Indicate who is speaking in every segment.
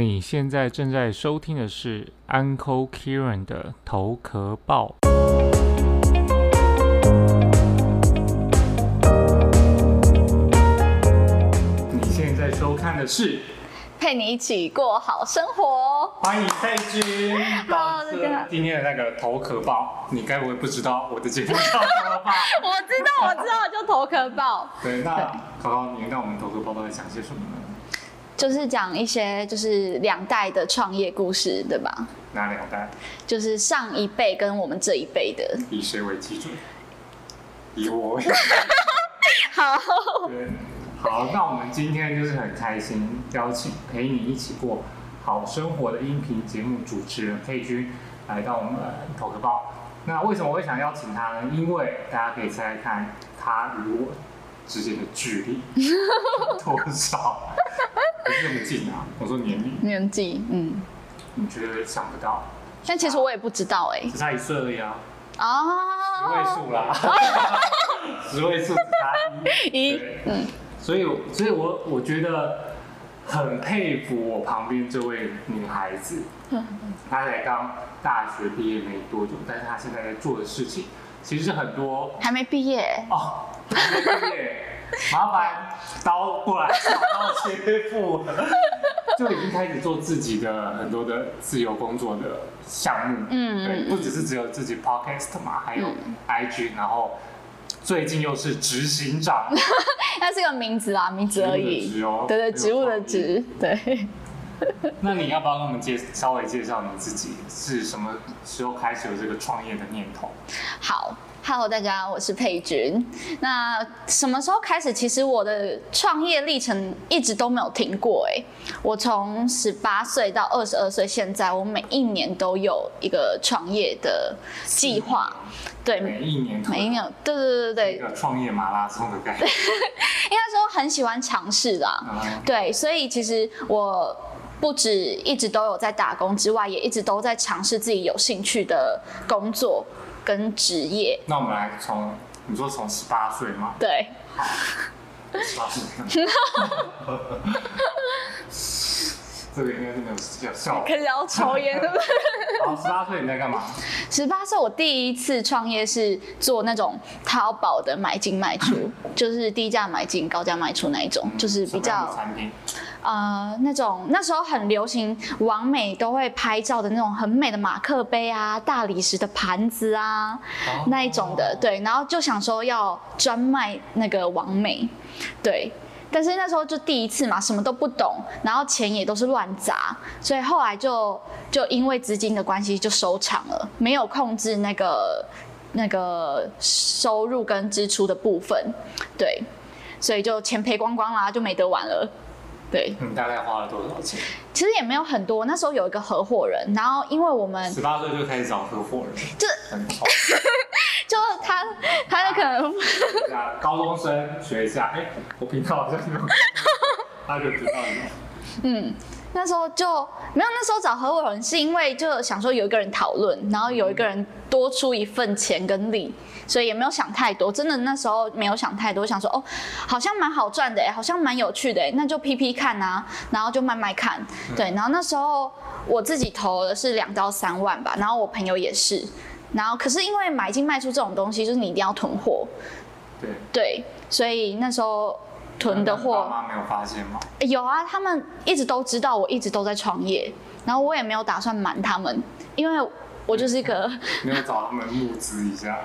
Speaker 1: 你现在正在收听的是 Uncle Kieran 的头壳爆。你现在收看的是
Speaker 2: 陪你一起过好生活。
Speaker 1: 欢迎佩君
Speaker 2: Hello，
Speaker 1: 这
Speaker 2: 大家好
Speaker 1: 今天的那个头壳爆，你该不会不知道我的节目叫头 壳爆？
Speaker 2: 我知道，我知道，就头壳爆，
Speaker 1: 对，那考考你，那我们头壳爆到底讲些什么呢？
Speaker 2: 就是讲一些就是两代的创业故事，对吧？
Speaker 1: 哪两代？
Speaker 2: 就是上一辈跟我们这一辈的。
Speaker 1: 以谁为基准？以我 为
Speaker 2: 好，
Speaker 1: 对，好，那我们今天就是很开心，邀请陪你一起过好生活的音频节目主持人佩君来到我们头壳报。那为什么我会想邀请他呢？因为大家可以猜猜看，他与我之间的距离多少？不是那么近啊！我说年龄，
Speaker 2: 年纪，嗯，
Speaker 1: 你绝对想不到，
Speaker 2: 但其实我也不知道哎、
Speaker 1: 只差一岁而已啊，十位
Speaker 2: 哦，
Speaker 1: 数啦， 十位数只差一。
Speaker 2: 一，
Speaker 1: 对
Speaker 2: 嗯，
Speaker 1: 所以，所以我我觉得很佩服我旁边这位女孩子，
Speaker 2: 嗯
Speaker 1: 她才刚大学毕业没多久，但是她现在在做的事情，其实很多
Speaker 2: 还没毕业，
Speaker 1: 哦，还没毕业，麻烦刀过来找到学傅，就已经开始做自己的很多的自由工作的项目，
Speaker 2: 嗯
Speaker 1: 对，
Speaker 2: 嗯
Speaker 1: 不只是只有自己 podcast 嘛，还有 IG，、然后最近又是执行长。
Speaker 2: 那是个名字啊，名字而已
Speaker 1: 植物的植哦。
Speaker 2: 对对，
Speaker 1: 没有
Speaker 2: 植物的
Speaker 1: 创意
Speaker 2: 植，对。
Speaker 1: 那你要不要跟我们介稍微介绍你自己是什么时候开始有这个创业的念头？
Speaker 2: 好，Hello，大家，我是佩君。那什么时候开始？其实我的创业历程一直都没有停过、欸。我从十八岁到二十二岁，现在我每一年都有一个创业的计划。对，
Speaker 1: 每一年
Speaker 2: 每一年，对对对对
Speaker 1: 一
Speaker 2: 对，
Speaker 1: 个创业马拉松的概 念。
Speaker 2: 应该说很喜欢尝试啦。
Speaker 1: 嗯
Speaker 2: 对，所以其实我不止一直都有在打工之外，也一直都在尝试自己有兴趣的工作跟职业。
Speaker 1: 那我们来从你说从十八岁吗？
Speaker 2: 对，
Speaker 1: 十八岁。这个应该是没有有效。
Speaker 2: 开始要抽烟，对不对？
Speaker 1: 好，十八岁你在干嘛？
Speaker 2: 十八岁我第一次创业是做那种淘宝的买进卖出，就是低价买进、高价卖出那一种，就是
Speaker 1: 什
Speaker 2: 比
Speaker 1: 么样
Speaker 2: 较
Speaker 1: 的产品。
Speaker 2: 呃那种那时候很流行，网美都会拍照的那种很美的马克杯啊、大理石的盘子啊、
Speaker 1: 哦
Speaker 2: 那一种的，对，然后就想说要专卖那个网美，对。但是那时候就第一次嘛，什么都不懂，然后钱也都是乱砸，所以后来就就因为资金的关系就收场了，没有控制那个那个收入跟支出的部分，对，所以就钱赔光光啦，就没得玩了，对。
Speaker 1: 你嗯大概花了多少钱？
Speaker 2: 其实也没有很多，那时候有一个合伙人，然后因为我们
Speaker 1: 十八岁就开始找合伙人，
Speaker 2: 这
Speaker 1: 很好。
Speaker 2: 就他他就可能
Speaker 1: 那高中生学一下，哎、我频道好像 没有，他就知道你。
Speaker 2: 那时候就没有那时候找合伙人，是因为就想说有一个人讨论，然后有一个人多出一份钱跟力，所以也没有想太多。真的那时候没有想太多，想说哦，好像蛮好赚的哎，好像蛮有趣的哎，那就 P P 看啊，然后就慢慢看。对，然后那时候我自己投的是两到三万吧，然后我朋友也是。然后，可是因为买进卖出这种东西，就是你一定要囤货，
Speaker 1: 对，
Speaker 2: 对，所以那时候囤的货，
Speaker 1: 那你爸妈没有发现吗？
Speaker 2: 有啊，他们一直都知道我一直都在创业，然后我也没有打算瞒他们，因为我就是一个
Speaker 1: 没有找他们募资一下，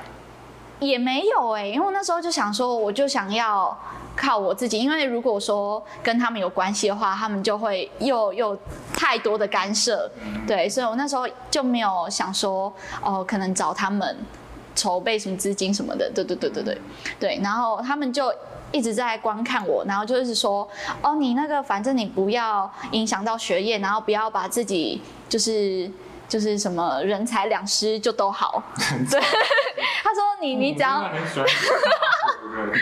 Speaker 2: 也没有哎、因为我那时候就想说，我就想要靠我自己，因为如果说跟他们有关系的话，他们就会又又太多的干涉，
Speaker 1: 嗯
Speaker 2: 对，所以我那时候就没有想说哦，可能找他们筹备什么资金什么的，对对对对对对，然后他们就。一直在观看我，然后就是说，哦，你那个反正你不要影响到学业，然后不要把自己就是就是什么人财两失就都好。对， 他说你你只要
Speaker 1: 我真的很喜欢这个人。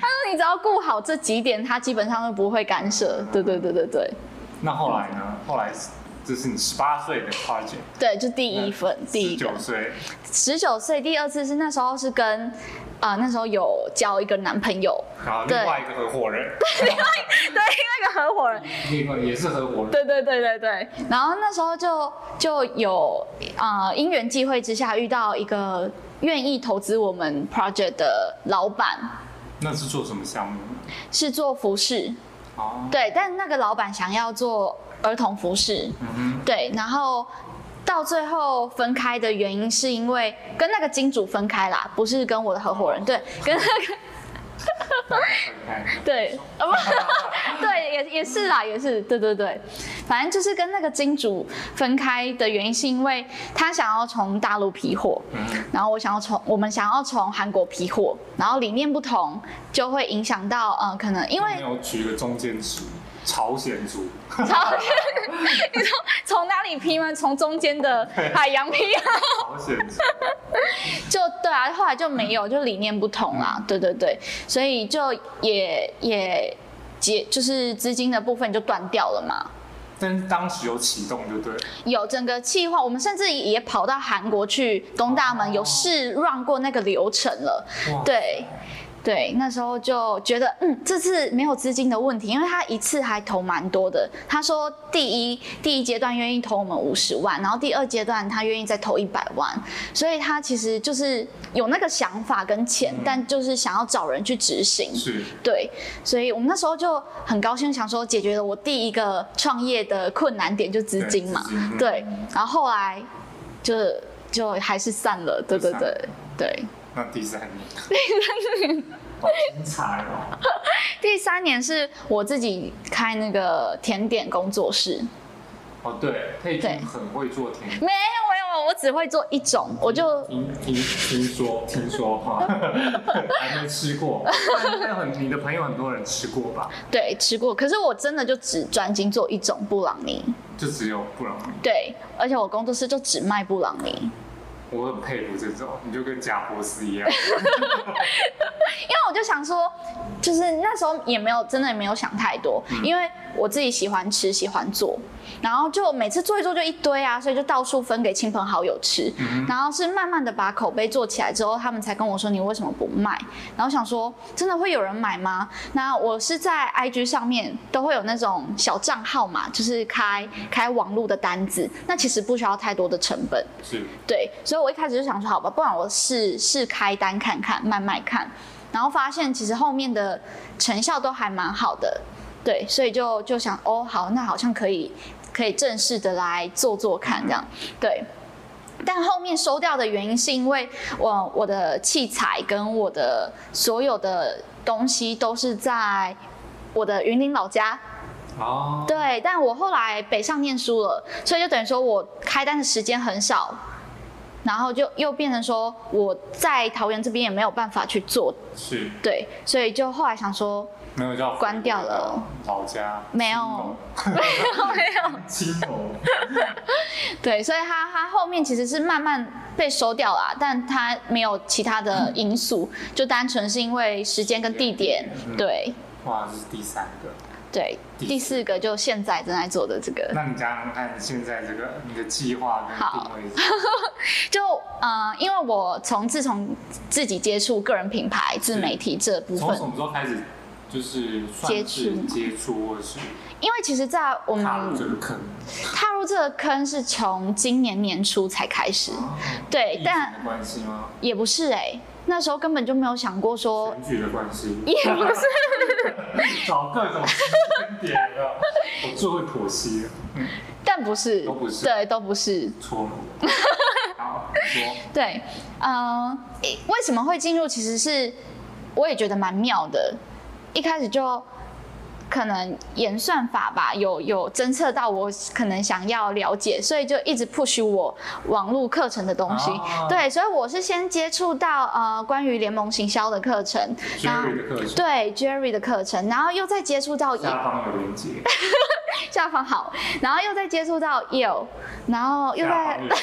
Speaker 2: 那你只要顾好这几点，他基本上就不会干涉。对对对对对
Speaker 1: 那后来呢？后来这是你十八岁的 project，
Speaker 2: 对，就第一份，第
Speaker 1: 十
Speaker 2: 一个
Speaker 1: 九岁，
Speaker 2: 十九岁，第二次是那时候是跟啊、呃那时候有交一个男朋友，
Speaker 1: 然后另
Speaker 2: 对
Speaker 1: 外一个合伙人，
Speaker 2: 对，那个合伙人，
Speaker 1: 另外也是合伙人，
Speaker 2: 对对对对对。然后那时候就就有呃因缘际会之下遇到一个愿意投资我们 project 的老板，
Speaker 1: 那是做什么项目？
Speaker 2: 是做服饰，
Speaker 1: 哦，
Speaker 2: 对，但那个老板想要做儿童服饰，
Speaker 1: 嗯
Speaker 2: 对，然后到最后分开的原因是因为跟那个金主分开啦，不是跟我的合伙人，对，跟那个
Speaker 1: 哼，大概分开
Speaker 2: 对，啊不， 对，也也是啦，也是，对对对，反正就是跟那个金主分开的原因是因为他想要从大陆批货。
Speaker 1: 嗯哼，
Speaker 2: 然后我想要从我们想要从韩国批货，然后理念不同，就会影响到呃，可能因为
Speaker 1: 没有举一个中间值，朝鲜族，
Speaker 2: 朝鲜，你说从哪里批吗？从中间的海洋批啊？
Speaker 1: 朝鲜族，
Speaker 2: 就对啊，后来就没有，就理念不同啦。对对对，所以就也也结，就是资金的部分就断掉了嘛。
Speaker 1: 但是当时有启动，对不对？
Speaker 2: 有整个计划，我们甚至也跑到韩国去东大门，有试让过那个流程了。
Speaker 1: 哇，
Speaker 2: 对。对，那时候就觉得，嗯，这次没有资金的问题，因为他一次还投蛮多的。他说第一第一阶段愿意投我们五十万，然后第二阶段他愿意再投一百万，所以他其实就是有那个想法跟钱，
Speaker 1: 嗯
Speaker 2: 但就是想要找人去执行。
Speaker 1: 是，
Speaker 2: 对，所以我们那时候就很高兴，想说解决了我第一个创业的困难点，就资金嘛
Speaker 1: 对资金。嗯
Speaker 2: 对，然后后来就就还是散了。对对
Speaker 1: 就散
Speaker 2: 对
Speaker 1: 了
Speaker 2: 对。
Speaker 1: 那第三名，第三名， 好精彩哦！
Speaker 2: 第三年是我自己开那个甜点工作室，
Speaker 1: 哦，对，佩
Speaker 2: 对
Speaker 1: 君很会做甜点。
Speaker 2: 没有没有，我只会做一种，我就
Speaker 1: 听听听说听说哈， 还没吃过。但很你的朋友很多人吃过吧？
Speaker 2: 对吃过，可是我真的就只专精做一种布朗尼，
Speaker 1: 就只有布朗尼，
Speaker 2: 对，而且我工作室就只卖布朗尼，
Speaker 1: 我很佩服这种，你就跟贾博士 一样，
Speaker 2: 因为我就想说，就是那时候也没有真的也没有想太多，因为我自己喜欢吃喜欢做，然后就每次做一做就一堆啊，所以就到处分给亲朋好友吃，
Speaker 1: 嗯
Speaker 2: 然后是慢慢的把口碑做起来之后，他们才跟我说你为什么不卖？然后想说真的会有人买吗？那我是在 IG 上面都会有那种小账号嘛，就是开开网络的单子，那其实不需要太多的成本，
Speaker 1: 是
Speaker 2: 对，所以我一开始就想说好吧，不然我试试开单看看，慢慢看，然后发现其实后面的成效都还蛮好的，对，所以就就想哦好，那好像可以可以正式的来做做看这样，对。但后面收掉的原因是因为我我的器材跟我的所有的东西都是在我的云林老家，
Speaker 1: 哦，
Speaker 2: 对，但我后来北上念书了，所以就等于说我开单的时间很少，然后就又变成说我在桃园这边也没有办法去做，
Speaker 1: 是
Speaker 2: 对，所以就后来想说
Speaker 1: 没有叫
Speaker 2: 关掉了，
Speaker 1: 老家
Speaker 2: 没有没有，
Speaker 1: 青楼，青楼
Speaker 2: 对，所以他他后面其实是慢慢被收掉啦，但他没有其他的因素，就单纯是因为时间跟地点，
Speaker 1: 嗯
Speaker 2: 对
Speaker 1: 哇，这是第三个。
Speaker 2: 对。
Speaker 1: 第
Speaker 2: 第四个就现在正在做的这个，
Speaker 1: 那你讲讲看，现在这个你的计划跟
Speaker 2: 好
Speaker 1: 定位是，
Speaker 2: 就呃，因为我从自从自己接触个人品牌、自媒体这部
Speaker 1: 从
Speaker 2: 分
Speaker 1: 什，么时候开始，就是算
Speaker 2: 接
Speaker 1: 是
Speaker 2: 触
Speaker 1: 接触，或是
Speaker 2: 因为其实，在我们
Speaker 1: 踏入这个坑？
Speaker 2: 踏入这个坑是从今年年初才开始，
Speaker 1: 哦疫
Speaker 2: 对
Speaker 1: 情，
Speaker 2: 哎但
Speaker 1: 的关系吗？
Speaker 2: 也不是哎、那时候根本就没有想过说，
Speaker 1: 选举的关系，
Speaker 2: 也不是，
Speaker 1: 找各种时间点 的，我最会剖析了，
Speaker 2: 但不是，
Speaker 1: 都不是
Speaker 2: 对，都不是，
Speaker 1: 错 了。好，你说，
Speaker 2: 对，嗯，诶为什么会进入？其实是我也觉得蛮妙的，一开始就可能演算法吧，有有侦测到我可能想要了解，所以就一直 push 我网络课程的东西。
Speaker 1: 啊
Speaker 2: 对，所以我是先接触到呃关于联盟行销的课程，然后
Speaker 1: Jerry 的课程啊
Speaker 2: 对 Jerry 的课程，然后又再接触到
Speaker 1: 下方有连接，
Speaker 2: 下方好，然后又再接触到 Yale，然后又
Speaker 1: 下
Speaker 2: 在
Speaker 1: 方有，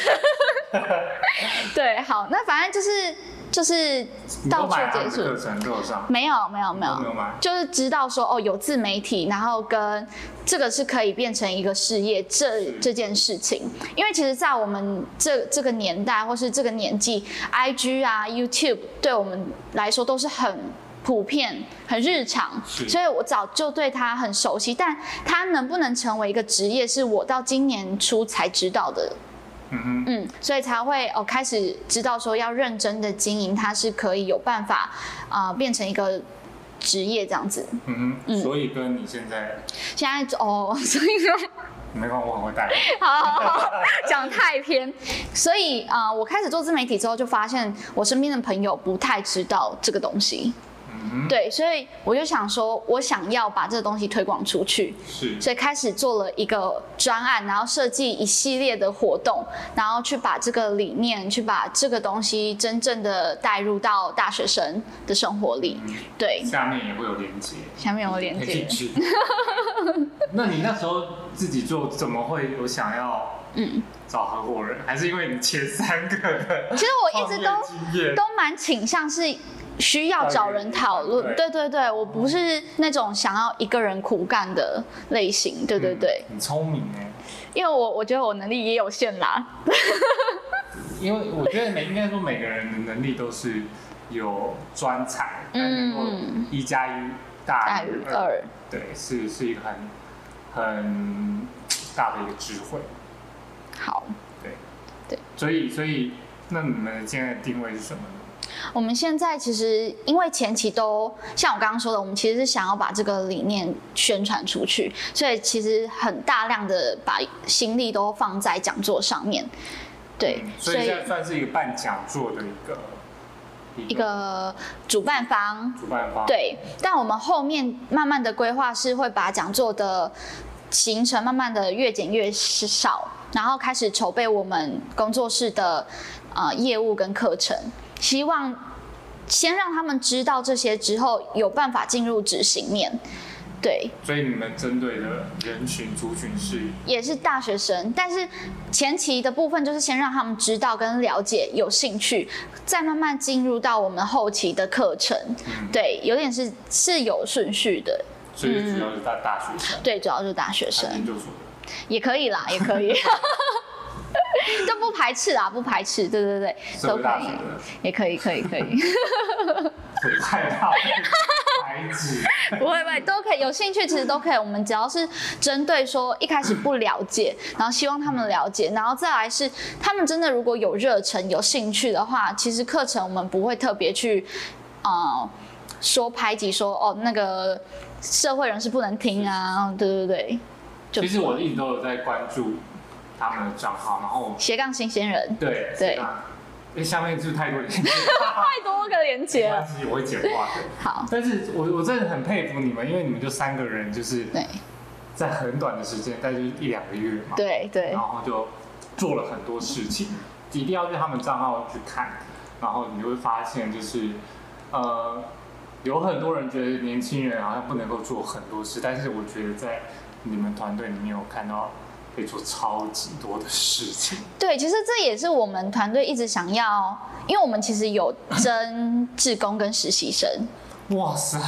Speaker 2: 对好，那反正就是就是
Speaker 1: 你
Speaker 2: 到
Speaker 1: 都
Speaker 2: 处
Speaker 1: 买他
Speaker 2: 接
Speaker 1: 们的课
Speaker 2: 触。
Speaker 1: 程都有上，
Speaker 2: 没有没有没
Speaker 1: 都没有
Speaker 2: 有
Speaker 1: 买，
Speaker 2: 就是知道说哦有自媒体，然后跟这个是可以变成一个事业这
Speaker 1: 是
Speaker 2: 这件事情，因为其实，在我们这这个年代或是这个年纪，IG 啊 YouTube 对我们来说都是很普遍、很日常，
Speaker 1: 是
Speaker 2: 所以我早就对它很熟悉。但它能不能成为一个职业，是我到今年初才知道的。
Speaker 1: 嗯哼，
Speaker 2: 嗯，所以才会哦开始知道说要认真的经营，它是可以有办法啊、呃变成一个职业这样子。
Speaker 1: 嗯哼，所以跟你现在，
Speaker 2: 现在哦，所以说
Speaker 1: 你没看我很会带，
Speaker 2: 好好好，讲太偏。所以啊、呃我开始做自媒体之后，就发现我身边的朋友不太知道这个东西。
Speaker 1: 嗯哼，
Speaker 2: 对，所以我就想说，我想要把这个东西推广出去，
Speaker 1: 是，
Speaker 2: 所以开始做了一个专案，然后设计一系列的活动，然后去把这个理念，去把这个东西真正的带入到大学生的生活里。对，
Speaker 1: 下面也会有连接，
Speaker 2: 下面有连
Speaker 1: 可以
Speaker 2: 接
Speaker 1: 进。去。 那你那时候自己做，怎么会有想要
Speaker 2: 嗯，
Speaker 1: 找合伙人？还是因为你前三个的
Speaker 2: 其实我一直都
Speaker 1: 创业经验
Speaker 2: 都蛮倾向是需要找人讨论，
Speaker 1: 对
Speaker 2: 对对对，我不是那种想要一个人苦干的类型，对对对，
Speaker 1: 嗯很聪明哎。
Speaker 2: 因为我我觉得我能力也有限啦，
Speaker 1: 因为我觉得每应该说每个人的能力都是有专才，但能够
Speaker 2: 嗯
Speaker 1: 一加一大
Speaker 2: 大
Speaker 1: 于
Speaker 2: 于
Speaker 1: 二，
Speaker 2: 二，
Speaker 1: 对，是是一个很很大的一个智慧。
Speaker 2: 好，
Speaker 1: 所以所以那你们现在的定位是什么呢？
Speaker 2: 我们现在其实因为前期都像我刚刚说的，我们其实是想要把这个理念宣传出去，所以其实很大量的把心力都放在讲座上面，对
Speaker 1: 嗯，所以现在算是一个办讲座的一个
Speaker 2: 一个主办方
Speaker 1: 主办方，，
Speaker 2: 对，但我们后面慢慢的规划是会把讲座的行程慢慢的越减越少，然后开始筹备我们工作室的呃业务跟课程，希望先让他们知道这些之后，有办法进入执行面。对，
Speaker 1: 所以你们针对的人群族群是
Speaker 2: 也是大学生，但是前期的部分就是先让他们知道跟了解，有兴趣，再慢慢进入到我们后期的课程。
Speaker 1: 嗯
Speaker 2: 对，有点是是有顺序的。
Speaker 1: 所以主要是大大学生、
Speaker 2: 对，主要就是大学
Speaker 1: 还是研
Speaker 2: 生
Speaker 1: 究所的，
Speaker 2: 也可以啦，也可以， 就不排斥啦，不排斥，对对对，
Speaker 1: 社
Speaker 2: 都
Speaker 1: 会
Speaker 2: 可
Speaker 1: 大
Speaker 2: 以
Speaker 1: 学，的，
Speaker 2: 也可以，可以，可以，
Speaker 1: 很害怕被排挤，
Speaker 2: 不会不会，都可以，有兴趣其实都可以，我们只要是针对说一开始不了解，然后希望他们了解，然后再来是他们真的如果有热忱、有兴趣的话，其实课程我们不会特别去，呃，说排挤说哦那个社会人士不能听啊，对对对，就
Speaker 1: 其实我一直都有在关注他们的账号，然后
Speaker 2: 斜杠新鲜人，
Speaker 1: 对
Speaker 2: 对
Speaker 1: 那因为下面就是太 多人，
Speaker 2: 太多个连
Speaker 1: 没
Speaker 2: 接
Speaker 1: 关
Speaker 2: 了，
Speaker 1: 系，我会简化的。
Speaker 2: 好，
Speaker 1: 但是我我真的很佩服你们，因为你们就三个人，就是
Speaker 2: 对。
Speaker 1: 在很短的时间，大概就是一两个月嘛，
Speaker 2: 对对
Speaker 1: 然，后就做了很多事情，一定要去他们账号去看，然后你会发现就是，呃，有很多人觉得年轻人好像不能够做很多事，但是我觉得在你们团队里面，我看到可以做超级多的事情，
Speaker 2: 对，其实这也是我们团队一直想要，因为我们其实有征志工跟实习生，
Speaker 1: 哇塞，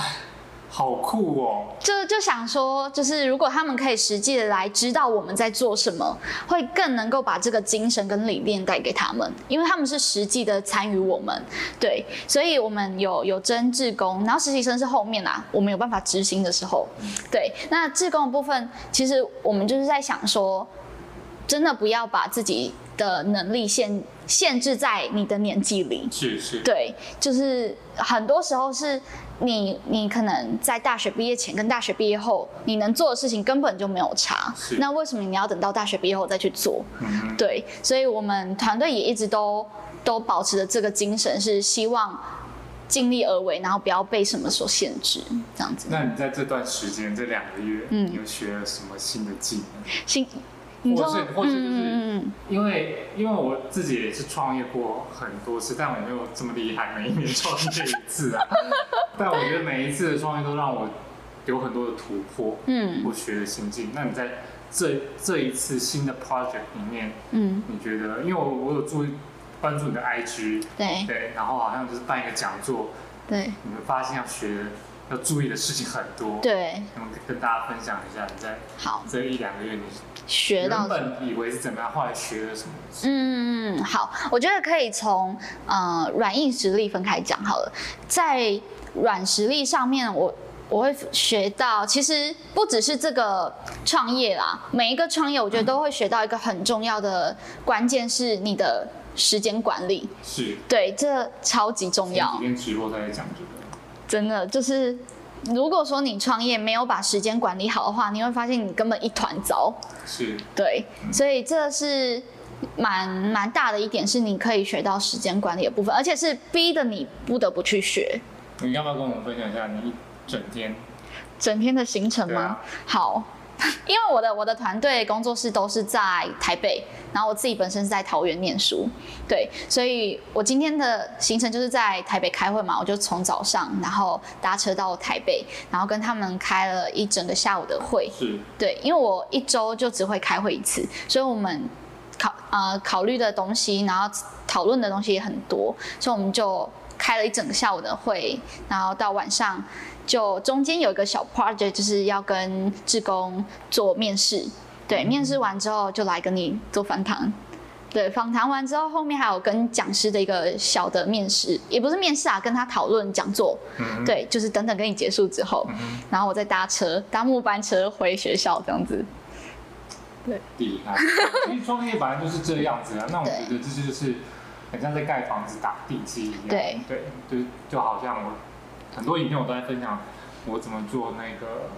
Speaker 1: 好酷哦！
Speaker 2: 就就想说，就是如果他们可以实际的来知道我们在做什么，会更能够把这个精神跟理念带给他们，因为他们是实际的参与我们，对，所以我们有有征志工，然后实习生是后面啦，我们有办法执行的时候，对，那志工的部分，其实我们就是在想说，真的不要把自己的能力限限制在你的年纪里，
Speaker 1: 是是，
Speaker 2: 对，就是很多时候是你你可能在大学毕业前跟大学毕业后，你能做的事情根本就没有差
Speaker 1: 是。
Speaker 2: 那为什么你要等到大学毕业后再去做？
Speaker 1: 嗯哼，
Speaker 2: 对，所以我们团队也一直都都保持着这个精神，是希望尽力而为，然后不要被什么所限制，这样子。
Speaker 1: 那你在这段时间这两个月，
Speaker 2: 嗯
Speaker 1: 你有学了什么新的技能？
Speaker 2: 新，你说
Speaker 1: 或是，或是就是
Speaker 2: 嗯，
Speaker 1: 因为因为我自己也是创业过很多次，但我没有这么厉害，每一年创业一次 啊。但我觉得每一次的创业都让我有很多的突破，
Speaker 2: 嗯
Speaker 1: 我学的新进。那你在这这一次新的 project 里面，
Speaker 2: 嗯，
Speaker 1: 你觉得？因为我我有注意关注你的 IG，
Speaker 2: 对
Speaker 1: 对，然后好像就是办一个讲座，
Speaker 2: 对
Speaker 1: 你们发现要学的要注意的事情很多。，
Speaker 2: 对，
Speaker 1: 能跟大家分享一下你在
Speaker 2: 好，
Speaker 1: 这一两个月你
Speaker 2: 学
Speaker 1: 原
Speaker 2: 到
Speaker 1: 本以为是怎么样，后来学了什么？
Speaker 2: 嗯，好，我觉得可以从呃软硬实力分开讲好了。在软实力上面我，我会学到，其实不只是这个创业啦，每一个创业我觉得都会学到一个很重要的关键是你的时间管理，
Speaker 1: 是
Speaker 2: 对，这超级重
Speaker 1: 前
Speaker 2: 要
Speaker 1: 几，天直播在讲这个，
Speaker 2: 真的就是。如果说你创业没有把时间管理好的话，你会发现你根本一团糟。
Speaker 1: 是
Speaker 2: 对，所以这是蛮蛮大的一点，是你可以学到时间管理的部分，而且是逼的你不得不去学
Speaker 1: 你要不要跟我们分享一下你一整天？
Speaker 2: 整天的行程
Speaker 1: 对
Speaker 2: 吗？
Speaker 1: 啊
Speaker 2: 好， 因为我的我的团队工作室都是在台北，然后我自己本身是在桃园念书，对，所以我今天的行程就是在台北开会嘛，我就从早上然后搭车到台北，然后跟他们开了一整个下午的会，
Speaker 1: 是
Speaker 2: 对，因为我一周就只会开会一次，所以我们考呃考虑的东西，然后讨论的东西也很多，所以我们就开了一整个下午的会，然后到晚上就中间有一个小 project，就是要跟志工做面试，对，面试完之后就来跟你做访谈。对，访谈完之后，后面还有跟讲师的一个小的面试，也不是面试啊，跟他讨论讲座，
Speaker 1: 嗯哼嗯
Speaker 2: 对，就是等等跟你结束之后，然后我再搭车搭末班车回学校这样子。
Speaker 1: 厉害。其实创业本来就是这样子啊，那我
Speaker 2: 对
Speaker 1: 觉得这就是很像在盖房子打地基一样。
Speaker 2: 对
Speaker 1: 对，就就好像我很多影片我都在分享我怎么做那个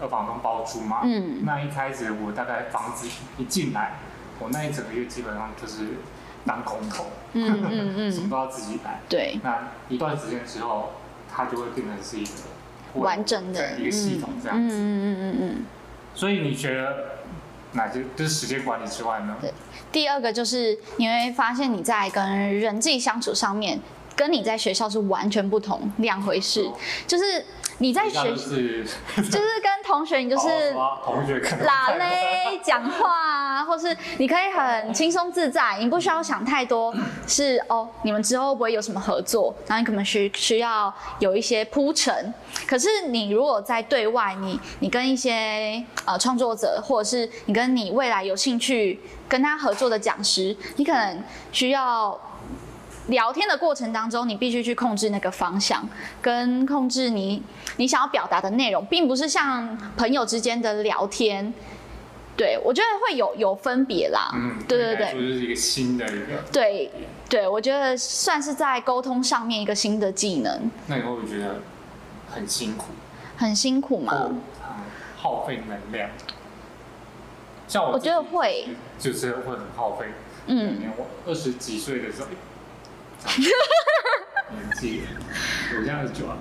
Speaker 1: 呃房东包租嘛。
Speaker 2: 嗯
Speaker 1: 那一开始我大概房子一进来，我那一整个月基本上就是当空头，
Speaker 2: 嗯嗯
Speaker 1: 什么
Speaker 2: 嗯，
Speaker 1: 都要自己来。
Speaker 2: 对，
Speaker 1: 那一段时间之后，它就会变成是一个
Speaker 2: 完整的
Speaker 1: 对一个系统这样
Speaker 2: 嗯
Speaker 1: 子。
Speaker 2: 嗯嗯嗯嗯。
Speaker 1: 所以你觉得哪些就是时间管理之外呢？
Speaker 2: 对第二个就是你会发现你在跟人际相处上面，跟你在学校是完全不同两回事，
Speaker 1: 哦
Speaker 2: 就是你 在
Speaker 1: 以上
Speaker 2: 学
Speaker 1: 就，是
Speaker 2: 就是跟同学你就
Speaker 1: 好好
Speaker 2: 是
Speaker 1: 说啊同学可能
Speaker 2: 拉嘞讲话啊，或是你可以很轻松自在，你不需要想太多。是哦，你们之后会不会有什么合作？然后你可能需需要有一些铺陈。可是你如果在对外，你你跟一些呃创作者，或者是你跟你未来有兴趣跟他合作的讲师，你可能需要聊天的过程当中，你必须去控制那个方向，跟控制你你想要表达的内容，并不是像朋友之间的聊天。对，我觉得会有有分别啦。
Speaker 1: 嗯，
Speaker 2: 对对
Speaker 1: 来说
Speaker 2: 对
Speaker 1: 就是一个新的一个。
Speaker 2: 对对，我觉得算是在沟通上面一个新的技能，
Speaker 1: 那你会不会觉得很辛苦，
Speaker 2: 很辛苦
Speaker 1: 或
Speaker 2: 嘛
Speaker 1: 很。耗费能量？像我
Speaker 2: 我
Speaker 1: 自己
Speaker 2: 觉得会，
Speaker 1: 就是会很耗费。
Speaker 2: 嗯，
Speaker 1: 我二十几岁的时候，年纪了，我现在二十九啊。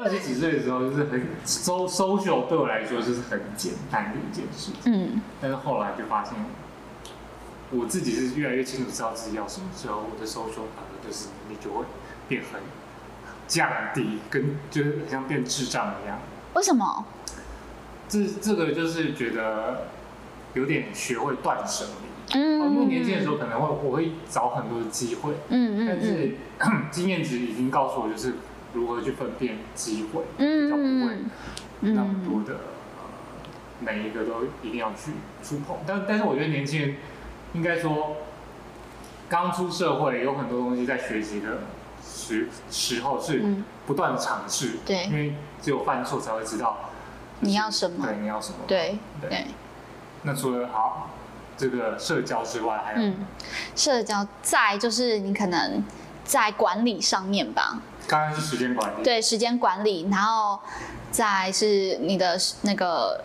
Speaker 1: 二十几岁的时候，就是很搜搜 l 对我来说就是很简单的一件事情，
Speaker 2: 嗯
Speaker 1: 但是后来就发现，我自己是越来越清楚知道自己要什么时候，我的搜 l 反而就是你就会变很降低，跟就是很像变智障一样。
Speaker 2: 为什
Speaker 1: 哦
Speaker 2: 么？
Speaker 1: 这这个就是觉得有点学会断舍离。哦
Speaker 2: 嗯，
Speaker 1: 因为年轻的时候可能会我会找很多的机会，
Speaker 2: 嗯，嗯
Speaker 1: 但
Speaker 2: 嗯
Speaker 1: 是 经验值已经告诉我，就是如何去分辨机会，比较不会
Speaker 2: 嗯嗯
Speaker 1: 那么多的、呃每一个都一定要去触碰。但但是我觉得年轻人应该说刚出社会，有很多东西在学习的时时候是
Speaker 2: 嗯，
Speaker 1: 不断尝试，
Speaker 2: 对
Speaker 1: 因为只有犯错才会知道
Speaker 2: 你要什么
Speaker 1: 对，你要什么，
Speaker 2: 对
Speaker 1: 对
Speaker 2: 对。
Speaker 1: 那除了好这个社交之外，还有、
Speaker 2: 嗯，社交在就是你可能在管理上面吧，
Speaker 1: 刚刚是时间管理，
Speaker 2: 对时间管理，然后再是你的那个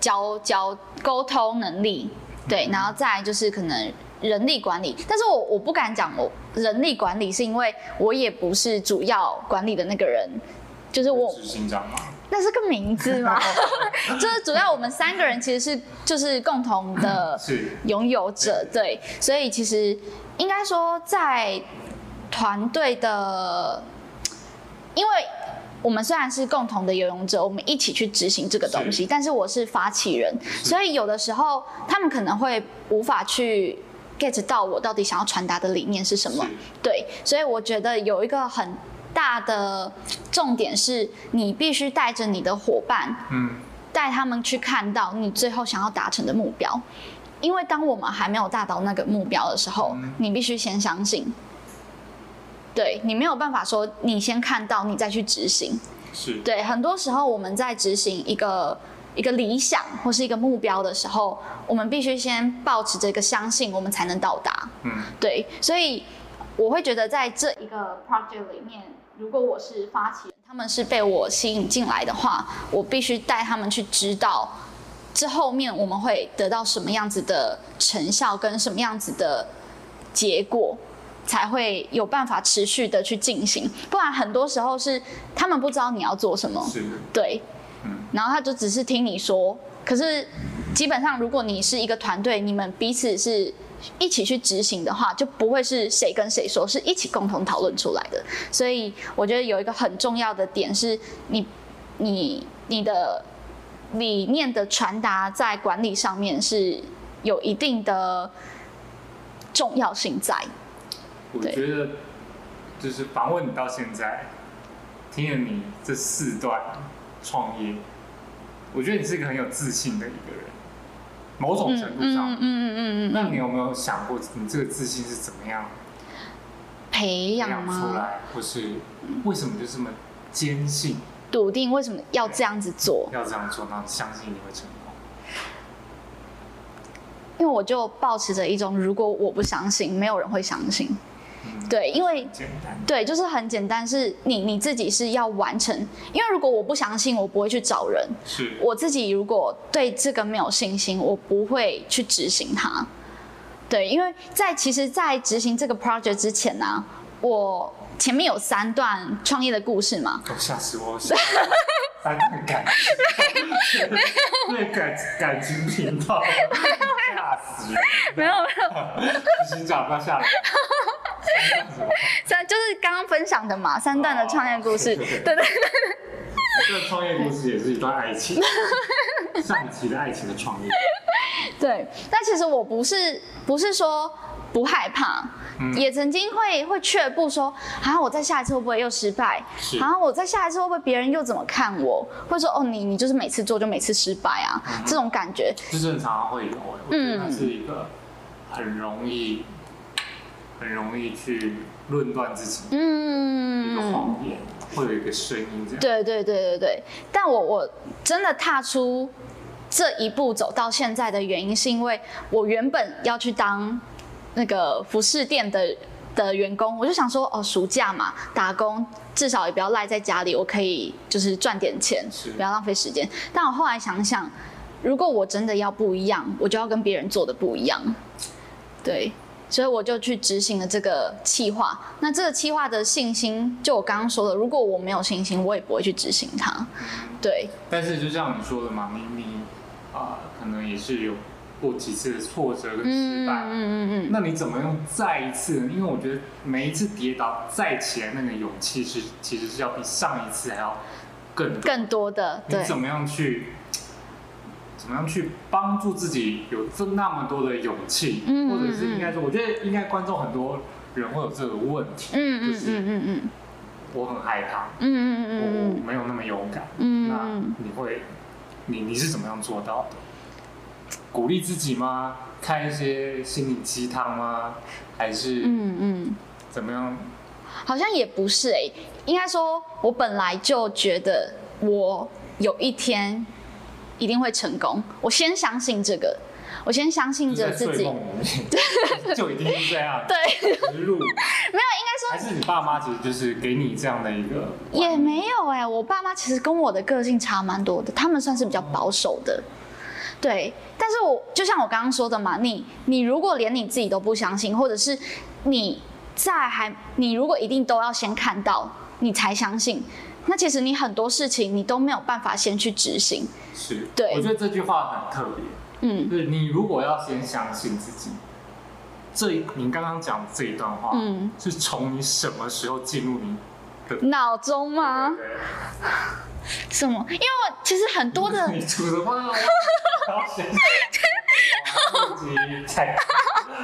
Speaker 2: 交交沟通能力，对，然后再就是可能人力管理，但是我我不敢讲我人力管理，是因为我也不是主要管理的那个人，就是我
Speaker 1: 执行长嘛，
Speaker 2: 那是个名字嘛，就是主要我们三个人其实是就是共同的
Speaker 1: 是
Speaker 2: 拥有者，对，所以其实应该说在团队的，因为我们虽然是共同的游泳者，我们一起去执行这个东西，但是我是发起人，所以有的时候他们可能会无法去 get 到我到底想要传达的理念是什么
Speaker 1: 是，
Speaker 2: 对，所以我觉得有一个很。大的重点是你必须带着你的伙伴
Speaker 1: 嗯，
Speaker 2: 带他们去看到你最后想要达成的目标。因为当我们还没有达到那个目标的时候，
Speaker 1: 嗯
Speaker 2: 你必须先相信。对你没有办法说你先看到，你再去执行。
Speaker 1: 是
Speaker 2: 对，很多时候我们在执行一个一个理想或是一个目标的时候，我们必须先保持这个相信，我们才能到达。
Speaker 1: 嗯
Speaker 2: 对，所以我会觉得在这一个 project 里面，如果我是发起人，他们是被我吸引进来的话，我必须带他们去知道这后面我们会得到什么样子的成效跟什么样子的结果。才会有办法持续的去进行，不然很多时候是他们不知道你要做什么，
Speaker 1: 是
Speaker 2: 对，
Speaker 1: 嗯
Speaker 2: 然后他就只是听你说。可是基本上，如果你是一个团队，你们彼此是一起去执行的话，就不会是谁跟谁说，是一起共同讨论出来的。所以我觉得有一个很重要的点是你，你你的理念的传达在管理上面是有一定的重要性在。
Speaker 1: 我
Speaker 2: 哦对
Speaker 1: 觉得就是访问你到现在，听了你这四段创业，我觉得你是一个很有自信的一个人，某种程度上。
Speaker 2: 嗯嗯嗯嗯嗯，
Speaker 1: 那你有没有想过，你这个自信是怎么样
Speaker 2: 培
Speaker 1: 培
Speaker 2: 养
Speaker 1: 养出
Speaker 2: 吗？
Speaker 1: 来，或是为什么就这么坚信
Speaker 2: 笃定为什么要这样子做？
Speaker 1: 要这样做，然后相信你会成功？
Speaker 2: 因为我就抱持着一种，如果我不相信，没有人会相信。
Speaker 1: 嗯，
Speaker 2: 对，因为
Speaker 1: 简单。
Speaker 2: 对，就是很简单，是你你自己是要完成。因为如果我不相信，我不会去找人。
Speaker 1: 是
Speaker 2: 我自己如果对这个没有信心，我不会去执行它。对，因为在其实，在执行这个 project 之前呢、我前面有三段创业的故事嘛，
Speaker 1: 哦，吓死我！吓死我三个感情，对感感情频道，吓死人！
Speaker 2: 没有没有，
Speaker 1: 执行长，不要吓人。三个什么？
Speaker 2: 三就是刚刚分享的嘛，三段的创业故事，
Speaker 1: 哦
Speaker 2: 对对对。
Speaker 1: 这个创业故事也是一段爱情，上一期的爱情的创 业，
Speaker 2: 对，但其实我不是不是说不害怕，
Speaker 1: 嗯
Speaker 2: 也曾经会会却步说，啊，我在下一次会不会又失败？
Speaker 1: 是
Speaker 2: 啊，我在下一次会不会别人又怎么看我？或者说，哦，你你就是每次做就每次失败啊，
Speaker 1: 嗯哼
Speaker 2: 这种感觉。
Speaker 1: 这正常会有欸。我觉
Speaker 2: 嗯
Speaker 1: 得它是一个很容易、很容易去论断自己的一个
Speaker 2: 嗯，
Speaker 1: 谎言，会有一个声音这样。
Speaker 2: 对对对对对。但我我真的踏出这一步走到现在的原因，是因为我原本要去当那个服饰店的的员工，我就想说，哦，暑假嘛，打工至少也不要赖在家里，我可以就是赚点钱
Speaker 1: 是，
Speaker 2: 不要浪费时间。但我后来想想，如果我真的要不一样，我就要跟别人做的不一样，对。所以我就去执行了这个企划。那这个企划的信心，就我刚刚说的，如果我没有信心，我也不会去执行它。
Speaker 1: 嗯
Speaker 2: 对，
Speaker 1: 但是就像你说的嘛，你你啊、可能也是有过几次的挫折跟失败。
Speaker 2: 嗯嗯嗯
Speaker 1: 那你怎么用再一次呢？因为我觉得每一次跌倒再起来那个勇气是，其实是要比上一次还要更多。
Speaker 2: 更多的
Speaker 1: 你
Speaker 2: 对，
Speaker 1: 怎么样去，怎么样去帮助自己有这那么多的勇气，
Speaker 2: 嗯
Speaker 1: 或者是应该说，我觉得应该观众很多人会有这个问题，
Speaker 2: 嗯嗯
Speaker 1: 就
Speaker 2: 嗯嗯
Speaker 1: 是
Speaker 2: 嗯
Speaker 1: 我很害怕，
Speaker 2: 嗯嗯
Speaker 1: 我
Speaker 2: 嗯
Speaker 1: 我没有那么勇敢。
Speaker 2: 嗯
Speaker 1: 那
Speaker 2: 嗯
Speaker 1: 你会，你你是怎么样做到的？鼓励自己吗？看一些心灵鸡汤吗？还是
Speaker 2: 嗯嗯，
Speaker 1: 怎么样？
Speaker 2: 好像也不是哎、应该说，我本来就觉得我有一天一定会成功，我先相信这个，我先相信
Speaker 1: 就
Speaker 2: 着
Speaker 1: 是在
Speaker 2: 自己
Speaker 1: 睡，梦里面 就已经是这样
Speaker 2: 对。
Speaker 1: 植入，没有，应该说还是你爸妈其实就是给你这样的一个
Speaker 2: 也没有哎、我爸妈其实跟我的个性差蛮多的，他们算是比较保守的，对。但是我就像我刚刚说的嘛，你你如果连你自己都不相信，或者是你在还你如果一定都要先看到你才相信，那其实你很多事情你都没有办法先去执行，
Speaker 1: 是，
Speaker 2: 对
Speaker 1: 我觉得这句话很特别，
Speaker 2: 嗯
Speaker 1: 就是你如果要先相信自己，这一你刚刚讲的这一段话，
Speaker 2: 嗯，
Speaker 1: 是从你什么时候进入你
Speaker 2: 脑中吗？
Speaker 1: 对。
Speaker 2: 什么？因为我其实很多的
Speaker 1: 你出的话，然后先自己猜，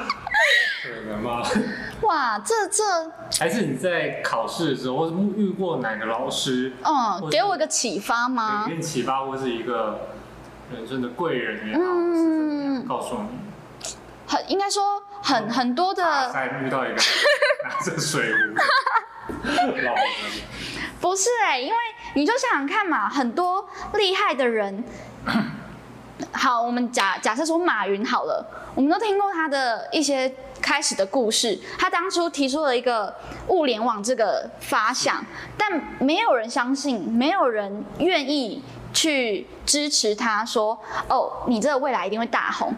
Speaker 1: 可能吗？
Speaker 2: 哇，这这，
Speaker 1: 还是你在考试的时候，或者遇过哪个老师
Speaker 2: 嗯，
Speaker 1: 我
Speaker 2: 给我一个启发吗
Speaker 1: 给？你启发，或是一个人生的贵人也好，
Speaker 2: 嗯
Speaker 1: 或是怎么样告诉你，
Speaker 2: 很应该说很很多的
Speaker 1: 再遇到一个哪拿着水壶，老人
Speaker 2: 不是哎、因为你就想想看嘛，很多厉害的人， 好，我们假假设说马云好了，我们都听过他的一些开始的故事。他当初提出了一个物联网这个发想，但没有人相信，没有人愿意去支持他说，哦，你这个未来一定会大红，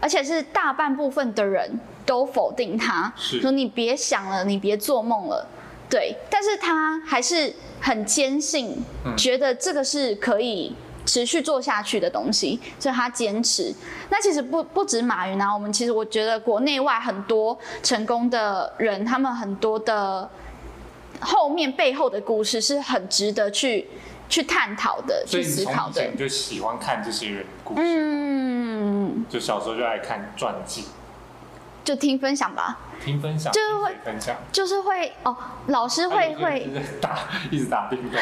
Speaker 2: 而且是大半部分的人都否定他，
Speaker 1: 是
Speaker 2: 说你别想了，你别做梦了。对，但是他还是很坚信，
Speaker 1: 嗯
Speaker 2: 觉得这个是可以持续做下去的东西，所以他坚持。那其实不不止马云啊，我们其实我觉得国内外很多成功的人，他们很多的后面背后的故事是很值得去去探讨的、
Speaker 1: 所
Speaker 2: 去
Speaker 1: 以你
Speaker 2: 思
Speaker 1: 从
Speaker 2: 考
Speaker 1: 以
Speaker 2: 的
Speaker 1: 前。就喜欢看这些人的故事，
Speaker 2: 嗯，
Speaker 1: 就小时候就爱看传记，
Speaker 2: 就听分享吧，
Speaker 1: 听分享，
Speaker 2: 就是会
Speaker 1: 听谁分享，
Speaker 2: 就是会哦，老师会
Speaker 1: 还有一
Speaker 2: 会
Speaker 1: 些啊就是打 一直打电动，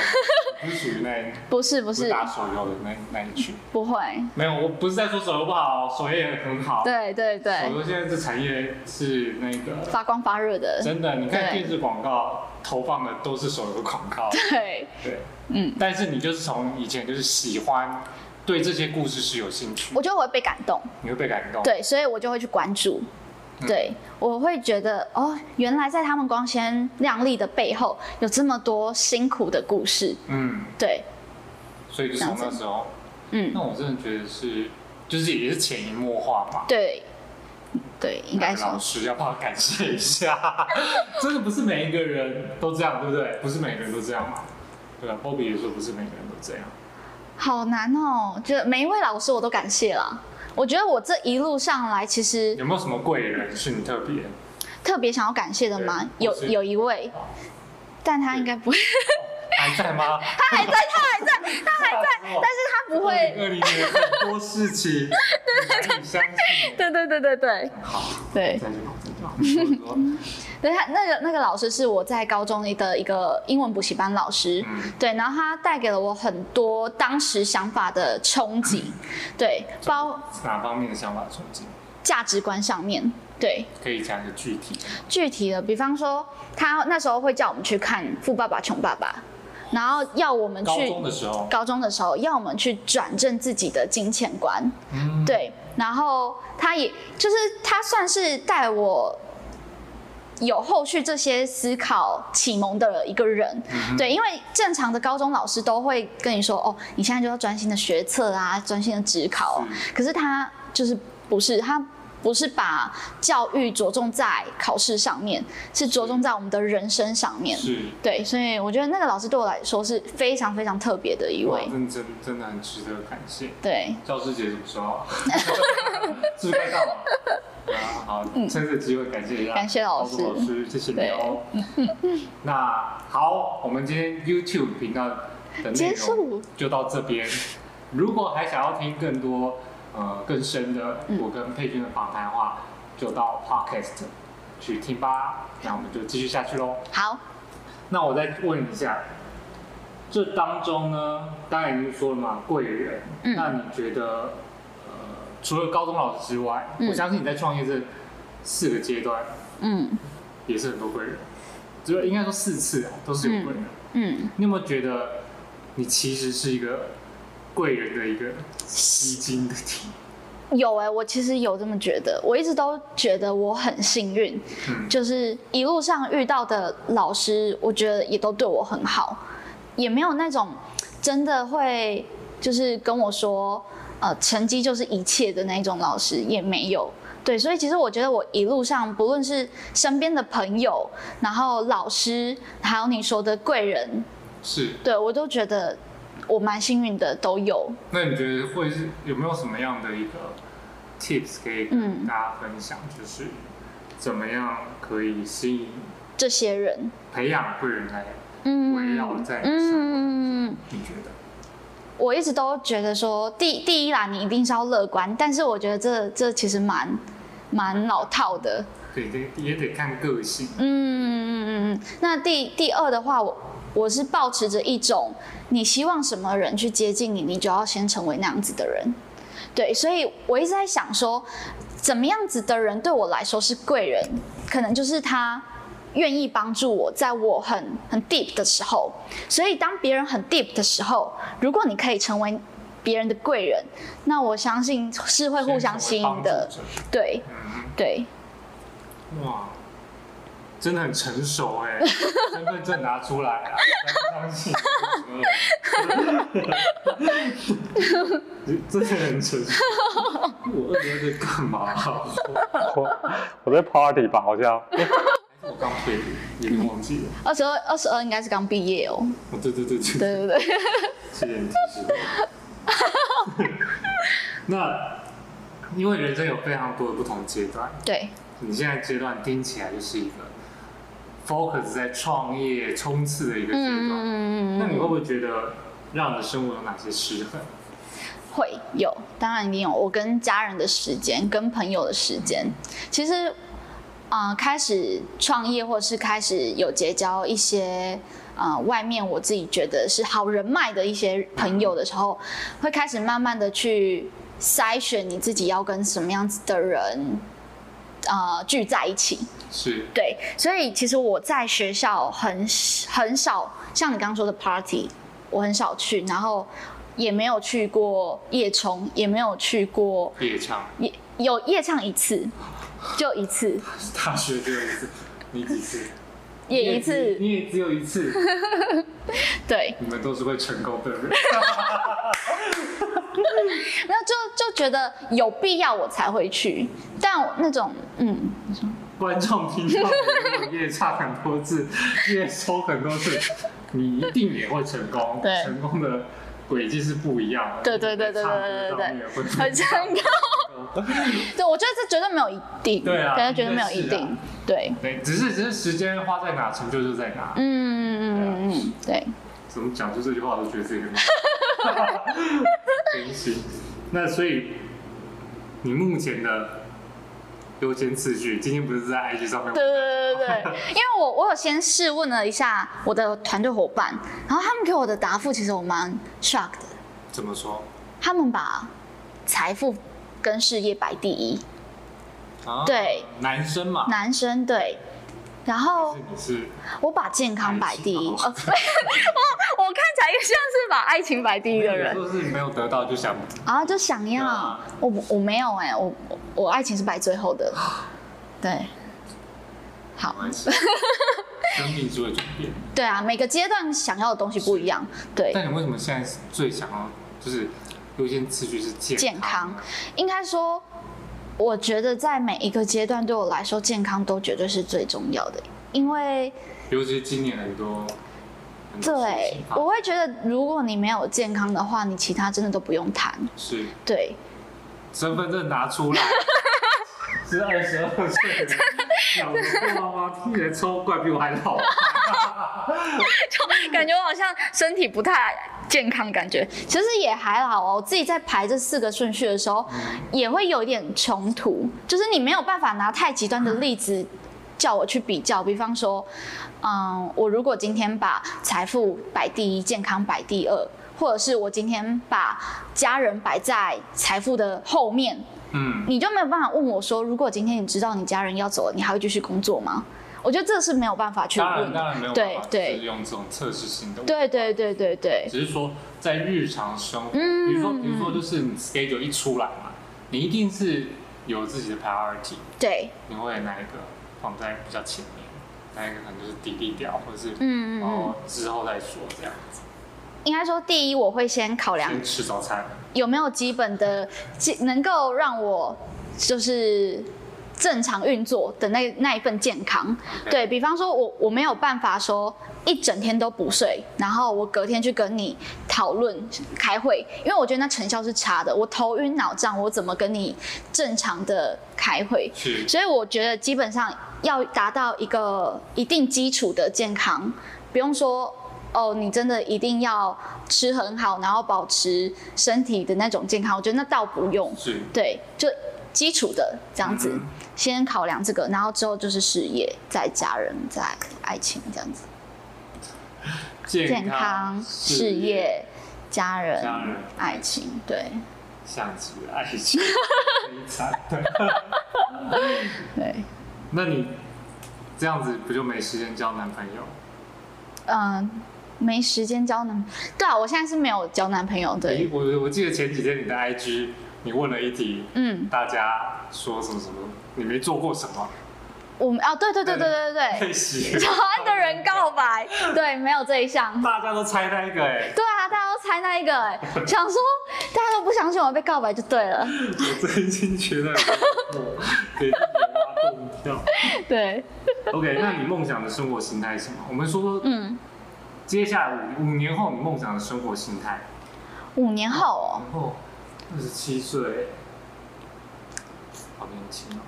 Speaker 1: 不是属于那一
Speaker 2: 不是不
Speaker 1: 不是
Speaker 2: 是
Speaker 1: 打手游的那那一群。
Speaker 2: 不会，
Speaker 1: 没有，我不是在说手游不好，手游也很好。
Speaker 2: 对对对
Speaker 1: 手，游现在这产业是那个
Speaker 2: 发光发热的，
Speaker 1: 真的，你看
Speaker 2: 对
Speaker 1: 电视广告投放的都是手游广告，
Speaker 2: 对。
Speaker 1: 对，
Speaker 2: 嗯，
Speaker 1: 但是你就是从以前就是喜欢，对这些故事是有兴趣，
Speaker 2: 我觉得我会被感动，
Speaker 1: 你会被感动。
Speaker 2: 对，所以我就会去关注。
Speaker 1: 哦嗯
Speaker 2: 对，我会觉得哦，原来在他们光鲜亮丽的背后，有这么多辛苦的故事。
Speaker 1: 嗯，
Speaker 2: 对，
Speaker 1: 所以就从那时候，
Speaker 2: 嗯，
Speaker 1: 那我真的觉得是，就是也是潜移默化嘛。
Speaker 2: 对，对，应该
Speaker 1: 老
Speaker 2: 说，
Speaker 1: 师要不要感谢一下？ 真的不是每一个人都这样，对不对？不是每个人都这样嘛。对啊，Bobby 也说不是每个人都这样。
Speaker 2: 好难哦，就每一位老师我都感谢啦。我觉得我这一路上来，其实
Speaker 1: 有没有什么贵人是你特别？
Speaker 2: 特别想要感谢的吗？
Speaker 1: 对
Speaker 2: 有
Speaker 1: 我是
Speaker 2: 有一位，但他应该不会，
Speaker 1: 还在吗？
Speaker 2: 他还在，他还在，
Speaker 1: 他还在，
Speaker 2: 但是他不会。
Speaker 1: 二零年很多事 情，难以相信。
Speaker 2: 对对对对对
Speaker 1: 好，
Speaker 2: 对。
Speaker 1: 再见，再见。
Speaker 2: 对他那个那个老师是我在高中里的一个英文补习班老师，
Speaker 1: 嗯
Speaker 2: 对，然后他带给了我很多当时想法的冲击，
Speaker 1: 嗯
Speaker 2: 对，包
Speaker 1: 哪方面的想法冲击？
Speaker 2: 价值观上面，对，
Speaker 1: 可以讲一个具体的。
Speaker 2: 具体的，比方说他那时候会叫我们去看《富爸爸穷爸爸》，然后要我们
Speaker 1: 高
Speaker 2: 去
Speaker 1: 中的时候，
Speaker 2: 高中的时候要我们去转正自己的金钱观，
Speaker 1: 嗯，
Speaker 2: 对，然后他也就是他算是带我有后续这些思考启蒙的一个人，
Speaker 1: 嗯
Speaker 2: 对，因为正常的高中老师都会跟你说，哦，你现在就要专心的学测啊，专心的职考啊，
Speaker 1: 是
Speaker 2: 可是他就是不是他。不是把教育着重在考试上面，是着重在我们的人生上面。
Speaker 1: 是。
Speaker 2: 对，所以我觉得那个老师对我来说是非常非常特别的一
Speaker 1: 哇
Speaker 2: 位。
Speaker 1: 认真真的很值得感谢。
Speaker 2: 对，
Speaker 1: 教师节什么时候啊？是不是该到了？啊，好，趁这机会感谢一下，
Speaker 2: 感谢老
Speaker 1: 高
Speaker 2: 师
Speaker 1: 中老师，谢谢你哦。那好，我们今天 YouTube 频道的内
Speaker 2: 结
Speaker 1: 容
Speaker 2: 束
Speaker 1: 就到这边。如果还想要听更多呃更深的
Speaker 2: 嗯
Speaker 1: 我跟佩君的访谈的话，就到 Podcast 去听吧。那我们就继续下去喽。
Speaker 2: 好，
Speaker 1: 那我再问一下，这当中呢，刚才已经说了嘛，贵人。
Speaker 2: 嗯
Speaker 1: 那你觉得，呃，除了高中老师之外，
Speaker 2: 嗯
Speaker 1: 我相信你在创业这四个阶段
Speaker 2: 嗯
Speaker 1: 也是很多贵人，就是应该说四次啊，都是有贵人。
Speaker 2: 嗯。
Speaker 1: 你有没有觉得，你其实是一个贵人的一个吸金的体？
Speaker 2: 有哎、我其实有这么觉得，我一直都觉得我很幸运，
Speaker 1: 嗯，
Speaker 2: 就是一路上遇到的老师，我觉得也都对我很好，也没有那种真的会就是跟我说，呃，成绩就是一切的那种老师也没有。对，所以其实我觉得我一路上，不论是身边的朋友，然后老师，还有你说的贵人，
Speaker 1: 是。
Speaker 2: 对我都觉得我蛮幸运的，都有。
Speaker 1: 那你觉得会是有没有什么样的一个 tips 可以跟
Speaker 2: 嗯
Speaker 1: 大家分享？就是怎么样可以吸引
Speaker 2: 这些人，
Speaker 1: 培养贵人来？
Speaker 2: 嗯，
Speaker 1: 围绕在你身
Speaker 2: 嗯。
Speaker 1: 你觉得？
Speaker 2: 我一直都觉得说，第第一啦，你一定是要乐观，但是我觉得这这其实蛮蛮老套的。
Speaker 1: 对，这也得看个性。
Speaker 2: 嗯嗯嗯嗯。那第第二的话，我我是保持着一种，你希望什么人去接近你，你就要先成为那样子的人。对，所以我一直在想说，怎么样子的人对我来说是贵人，可能就是他愿意帮助我，在我很很 deep 的时候。所以当别人很 deep 的时候，如果你可以成为别人的贵人，那我相信是会互相吸引的。
Speaker 1: 先成为
Speaker 2: 对
Speaker 1: 帮助者。
Speaker 2: 对，
Speaker 1: 嗯，哇，真的很成熟哎， 身份证拿出来啊，不相信。 真的很成熟，我二十二在干嘛、
Speaker 3: 我我在 party 吧，好像。
Speaker 1: 我刚退伍，有点忘记了。
Speaker 2: 二十二二十二应该是刚毕业哦。
Speaker 1: 哦，对对对对，
Speaker 2: 对对对，
Speaker 1: 谢谢你提示我。 那因为人生有非常多的不同阶段，
Speaker 2: 对
Speaker 1: 你现在阶段听起来就是一个 focus 在创业冲刺的一个阶
Speaker 2: 嗯
Speaker 1: 段。
Speaker 2: 嗯嗯
Speaker 1: 那你
Speaker 2: 嗯，
Speaker 1: 会不会觉得让你的生活有哪些失衡？
Speaker 2: 嗯会有，当然一定有。我跟家人的时间，跟朋友的时间，其实，啊、开始创业或是开始有结交一些。呃，外面我自己觉得是好人脉的一些朋友的时候，会开始慢慢的去筛选你自己要跟什么样子的人，呃，聚在一起。
Speaker 1: 是
Speaker 2: 对，所以其实我在学校很很少，像你刚刚说的 party，我很少去，然后也没有去过夜冲，也没有去过
Speaker 1: 夜唱，
Speaker 2: 也有夜唱一次，就一次，
Speaker 1: 大学只有一次，你几次？
Speaker 2: 也一次，
Speaker 1: 你也只有一次，
Speaker 2: 对，
Speaker 1: 你们都是会成功的人。
Speaker 2: 那就就觉得有必要我才会去，但我那种嗯，
Speaker 1: 观众听到你如果夜唱很多次， 夜抽很多次，你一定也会成功。
Speaker 2: 对
Speaker 1: 成功的轨迹是不一样的。
Speaker 2: 对对对对对对对
Speaker 1: 对
Speaker 2: 很成 功，对，我觉得这绝对没有一定，
Speaker 1: 对啊
Speaker 2: 绝对没有一
Speaker 1: 应该是啊
Speaker 2: 定，对，
Speaker 1: 对，只是只是时间花在哪，成就就在哪。
Speaker 2: 嗯嗯嗯嗯，
Speaker 1: 啊
Speaker 2: 对。
Speaker 1: 怎么讲出这句话，我都觉得自己 很真心。那所以你目前的优先次序，今天不是在 IG 上面？
Speaker 2: 对对对 对，对，因为我我有先试问了一下我的团队伙伴，然后他们给我的答复其实我蛮 shock 的，
Speaker 1: 怎么说
Speaker 2: 他们把财富跟事业摆第一，
Speaker 1: 啊？
Speaker 2: 对，
Speaker 1: 男生嘛，
Speaker 2: 男生对，然后
Speaker 1: 是你是
Speaker 2: 我把健康摆第一，
Speaker 1: 爱情
Speaker 2: 呃，对 我我看起来像是把爱情摆第一的人
Speaker 1: 有时候是没有得到就想
Speaker 2: 啊，就想要、
Speaker 1: 啊
Speaker 2: 我我没有哎、我我我爱情是摆最后的，
Speaker 1: 啊
Speaker 2: 对，好
Speaker 1: 没。关 系，生命是会转变。
Speaker 2: 对啊，每个阶段想要的东西不一样。对，
Speaker 1: 但你为什么现在是最想要就是优先次序是健
Speaker 2: 健康
Speaker 1: 康？
Speaker 2: 应该说，我觉得在每一个阶段对我来说，健康都绝对是最重要的。因为
Speaker 1: 尤其是今年很多很多事
Speaker 2: 对
Speaker 1: 情，发
Speaker 2: 我会觉得如果你没有健康的话，你其他真的都不用谈。
Speaker 1: 是
Speaker 2: 对，
Speaker 1: 身份证拿 出来，是二十二岁的，想说妈妈听起来超怪，比我还 老。
Speaker 2: 就 感觉我好像身体不太健康，感觉其实也还好哦。我自己在排这四个顺序的时候，也会有一点冲突，就是你没有办法拿太极端的例子叫我去比较。比方说，嗯，我如果今天把财富摆第一，健康摆第二，或者是我今天把家人摆在财富的后面，
Speaker 1: 嗯，
Speaker 2: 你就没有办法问我说，如果今天你知道你家人要走了，你还会继续工作吗？我觉得这是没有办法去
Speaker 1: 当然
Speaker 2: 问
Speaker 1: 当
Speaker 2: 的。
Speaker 1: 然没有
Speaker 2: 对
Speaker 1: 办法，
Speaker 2: 对
Speaker 1: 就是用这种测试性的。
Speaker 2: 对对对对对。
Speaker 1: 只是说在日常生活，
Speaker 2: 嗯
Speaker 1: 比如说比如说就是你 schedule 一出来嘛，你一定是有自己的 priority，
Speaker 2: 对，
Speaker 1: 你会哪一个放在比较前面，哪一个可能就是抵力掉，或者是
Speaker 2: 嗯嗯
Speaker 1: 然
Speaker 2: 嗯，
Speaker 1: 后之后再说这样子。
Speaker 2: 应该说第一我会先考量
Speaker 1: 先吃早餐，
Speaker 2: 有没有基本的基能够让我就是正常运作的那那一份健康。
Speaker 1: OK
Speaker 2: 对比方说我，我没有办法说一整天都不睡，然后我隔天去跟你讨论开会，因为我觉得那成效是差的。我头晕脑胀，我怎么跟你正常的开会？
Speaker 1: 是
Speaker 2: 所以我觉得基本上要达到一个一定基础的健康，不用说哦，你真的一定要吃很好，然后保持身体的那种健康，我觉得那倒不用。
Speaker 1: 是
Speaker 2: 对，就基础的这样子，
Speaker 1: 嗯
Speaker 2: 先考量这个，然后之后就是事业，再家人，再爱情这样子，健康、事业、家人、
Speaker 1: 家人
Speaker 2: 爱情，对
Speaker 1: 像极了爱 情，非常的。
Speaker 2: 对。
Speaker 1: 那你这样子不就没时间交男朋友？
Speaker 2: 嗯、没时间交男。对啊，我现在是没有交男朋友的。
Speaker 1: 诶我我记得前几天你的 IG 你问了一题，
Speaker 2: 嗯，
Speaker 1: 大家说什么什么，你没做过什么，
Speaker 2: 我们啊，对对对对对对 对，
Speaker 1: 被 洗，
Speaker 2: 早安的人告 白，对，没有这一项。
Speaker 1: 大家都猜那个哎、
Speaker 2: 对啊，大家都猜那一个、 哎，想说大家都不相信我被告白就对 了。
Speaker 1: 我真心觉得很恐怖给自己挖洞跳。
Speaker 2: 对，
Speaker 1: OK，那你梦想的生活形态是什么？我们说说
Speaker 2: 嗯，
Speaker 1: 接下来五五年后你梦想的生活形态。
Speaker 2: 五年后哦，
Speaker 1: 然后二十七岁，好年 轻哦！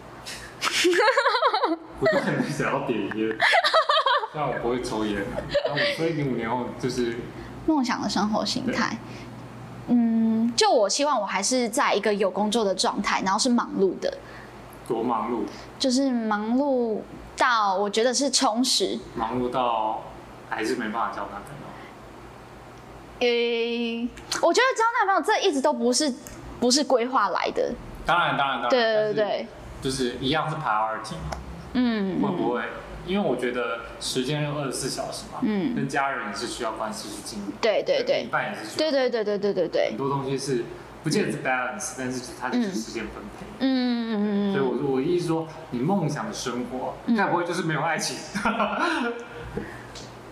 Speaker 1: 我都很想要点烟，虽然我不会抽烟，然后所以你五年后就是
Speaker 2: 梦想的生活形态。嗯，就我希望我还是在一个有工作的状态，然后是忙碌的，
Speaker 1: 多忙碌，
Speaker 2: 就是忙碌到我觉得是充实。
Speaker 1: 忙碌到还是没办法交男朋友。
Speaker 2: 呃，我觉得交男朋友这一直都不是不是规划来的。
Speaker 1: 当然，当然，当然，
Speaker 2: 对对对对，
Speaker 1: 但是就是一样是 priority 嘛，
Speaker 2: 嗯
Speaker 1: 会不
Speaker 2: 嗯
Speaker 1: 会？因为我觉得时间有二十四小时嘛，
Speaker 2: 嗯
Speaker 1: 跟家人也是需要关系去经营，
Speaker 2: 对对
Speaker 1: 跟另
Speaker 2: 对
Speaker 1: 一半也是需要，
Speaker 2: 对对对对对对对
Speaker 1: 很，多东西是不见得是 balance，但是它就是时间分配。
Speaker 2: 嗯嗯嗯
Speaker 1: 所以
Speaker 2: 嗯
Speaker 1: 我我意思说，你梦想的生活，
Speaker 2: 嗯
Speaker 1: 该不会就是没有爱 情？
Speaker 2: 嗯，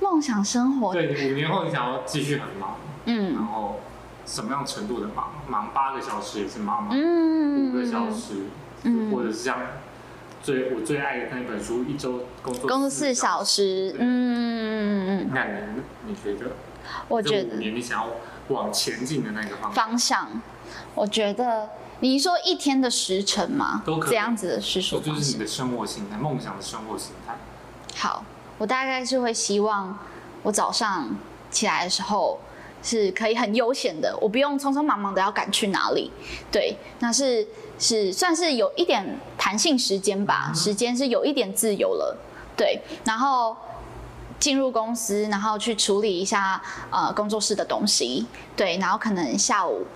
Speaker 2: 梦想生活，
Speaker 1: 对，你五年后你想要继续很忙，然
Speaker 2: 嗯
Speaker 1: 后什么样程度的忙？忙八个小时也是忙嘛，
Speaker 2: 嗯，
Speaker 1: 五个小时，
Speaker 2: 嗯
Speaker 1: 或者是像最我最爱的那一本书，一周工作
Speaker 2: 公司四小
Speaker 1: 时。
Speaker 2: 时，嗯嗯嗯
Speaker 1: 那你你觉得？
Speaker 2: 嗯，我觉
Speaker 1: 这
Speaker 2: 得
Speaker 1: 五年你想要往前进的那个方向，
Speaker 2: 方向，我觉得你说一天的时辰吗？
Speaker 1: 都可以哦
Speaker 2: 这样子的叙述
Speaker 1: 就
Speaker 2: 方
Speaker 1: 是
Speaker 2: 式
Speaker 1: 你。的生活形态，梦想的生活形态。
Speaker 2: 好，我大概是会希望我早上起来的时候是可以很悠闲的，我不用匆匆忙忙的要赶去哪里。对，那是是算是有一点弹性时间吧，时间是有一点自由了。对，然后。进入公司，然后去处理一下呃工作室的东西，对，然后可能下午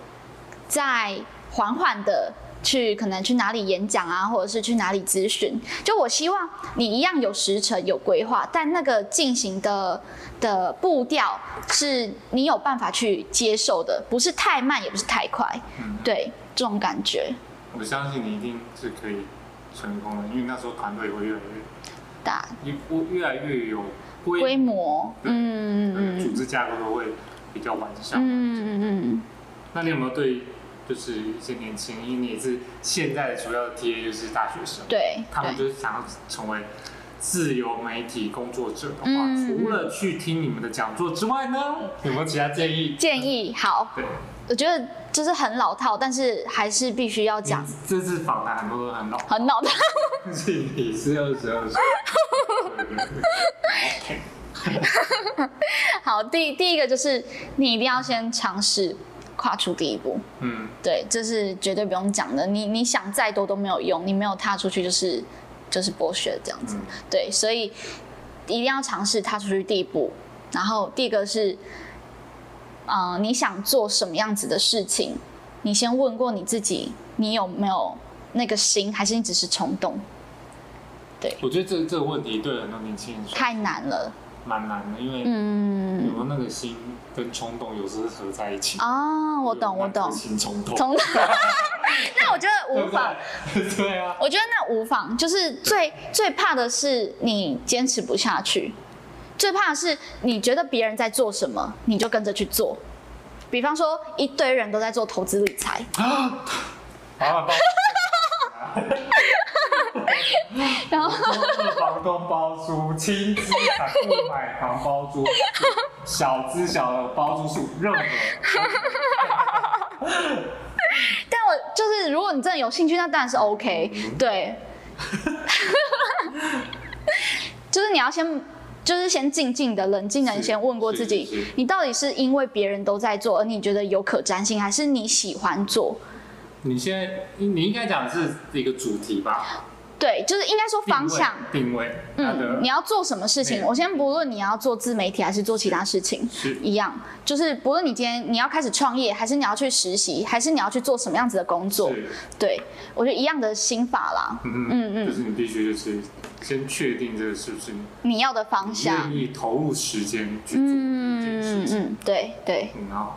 Speaker 2: 再缓缓的去，可能去哪里演讲啊，或者是去哪里咨询。就我希望你一样有时程、有规划，但那个进行的的步调是你有办法去接受的，不是太慢，也不是太快，
Speaker 1: 嗯，
Speaker 2: 对，这种感觉。
Speaker 1: 我相信你一定是可以成功的，因为那时候团队会越来越
Speaker 2: 大
Speaker 1: 越越来越有规
Speaker 2: 规模，嗯嗯
Speaker 1: 组
Speaker 2: 嗯
Speaker 1: 织架构都会比较完善。
Speaker 2: 嗯嗯
Speaker 1: 那你有没有对就是一些年轻人，因为你也是现在主要的 TA 就是大学生
Speaker 2: 嗯，，对
Speaker 1: 他们
Speaker 2: 对，
Speaker 1: 就是想要成为自由媒体工作者的话，
Speaker 2: 嗯
Speaker 1: 除了去听你们的讲座之外呢，有没有其他建议？
Speaker 2: 建议好，
Speaker 1: 对，
Speaker 2: 我觉得就是很老套，但是还是必须要讲
Speaker 1: 你，嗯这次访谈很多都很老，
Speaker 2: 很老套。
Speaker 1: 但是你是二十二 岁。对对对，OK
Speaker 2: 好，第第一个就是你一定要先尝试跨出第一步，
Speaker 1: 嗯，
Speaker 2: 对，这是绝对不用讲的。你你想再多都没有用，你没有踏出去就是就是剥削这样子
Speaker 1: 嗯，
Speaker 2: 对，所以一定要尝试踏出去第一步。然后第一个是，呃，你想做什么样子的事情，你先问过你自己，你有没有那个心，还是你只是冲动？
Speaker 1: 我觉得这这个问题对很多年轻人说
Speaker 2: 太难了，
Speaker 1: 蛮难的，因为有
Speaker 2: 嗯
Speaker 1: 没，有那个心跟冲动有时候是合在一起。
Speaker 2: 啊，我懂，我懂，
Speaker 1: 心冲动，
Speaker 2: 从那我觉得
Speaker 1: 对
Speaker 2: 无
Speaker 1: 不
Speaker 2: 妨。
Speaker 1: 对？对啊，
Speaker 2: 我觉得那无妨，就是最最怕的是你坚持不下去，最怕的是你觉得别人在做什么，你就跟着去做。比方说，一堆人都在做投资理 财，
Speaker 1: 老板包，
Speaker 2: 然后
Speaker 1: 二房东包租，亲资产不买房包租，小资小额包租数，任何
Speaker 2: 但我就是，如果你真的有兴趣，那当然是 OK。对，
Speaker 1: 嗯
Speaker 2: 就是你要先，就是先静静的、冷静的，
Speaker 1: 是
Speaker 2: 先问过自
Speaker 1: 是
Speaker 2: 己
Speaker 1: 是，
Speaker 2: 你到底是因为别人都在做，而你觉得有可沾性，还是你喜欢做？
Speaker 1: 你现在你应该讲的是一个主题吧？
Speaker 2: 对，就是应该说方向。
Speaker 1: 定位，定位它的
Speaker 2: 嗯，你要做什么事情？
Speaker 1: 嗯
Speaker 2: 我先不论你要做自媒体还是做其他事情，
Speaker 1: 是
Speaker 2: 一样，就是不论你今天你要开始创业，还是你要去实习，还是你要去做什么样子的工作，
Speaker 1: 是
Speaker 2: 对我觉得一样的心法啦。
Speaker 1: 嗯哼
Speaker 2: 嗯
Speaker 1: 就
Speaker 2: 嗯，
Speaker 1: 是你必须就是先确定这个是不是你
Speaker 2: 你要的方向
Speaker 1: 愿。意投入时间去做这件
Speaker 2: 嗯
Speaker 1: 事
Speaker 2: 嗯
Speaker 1: 情，
Speaker 2: 嗯，对对，
Speaker 1: 嗯然后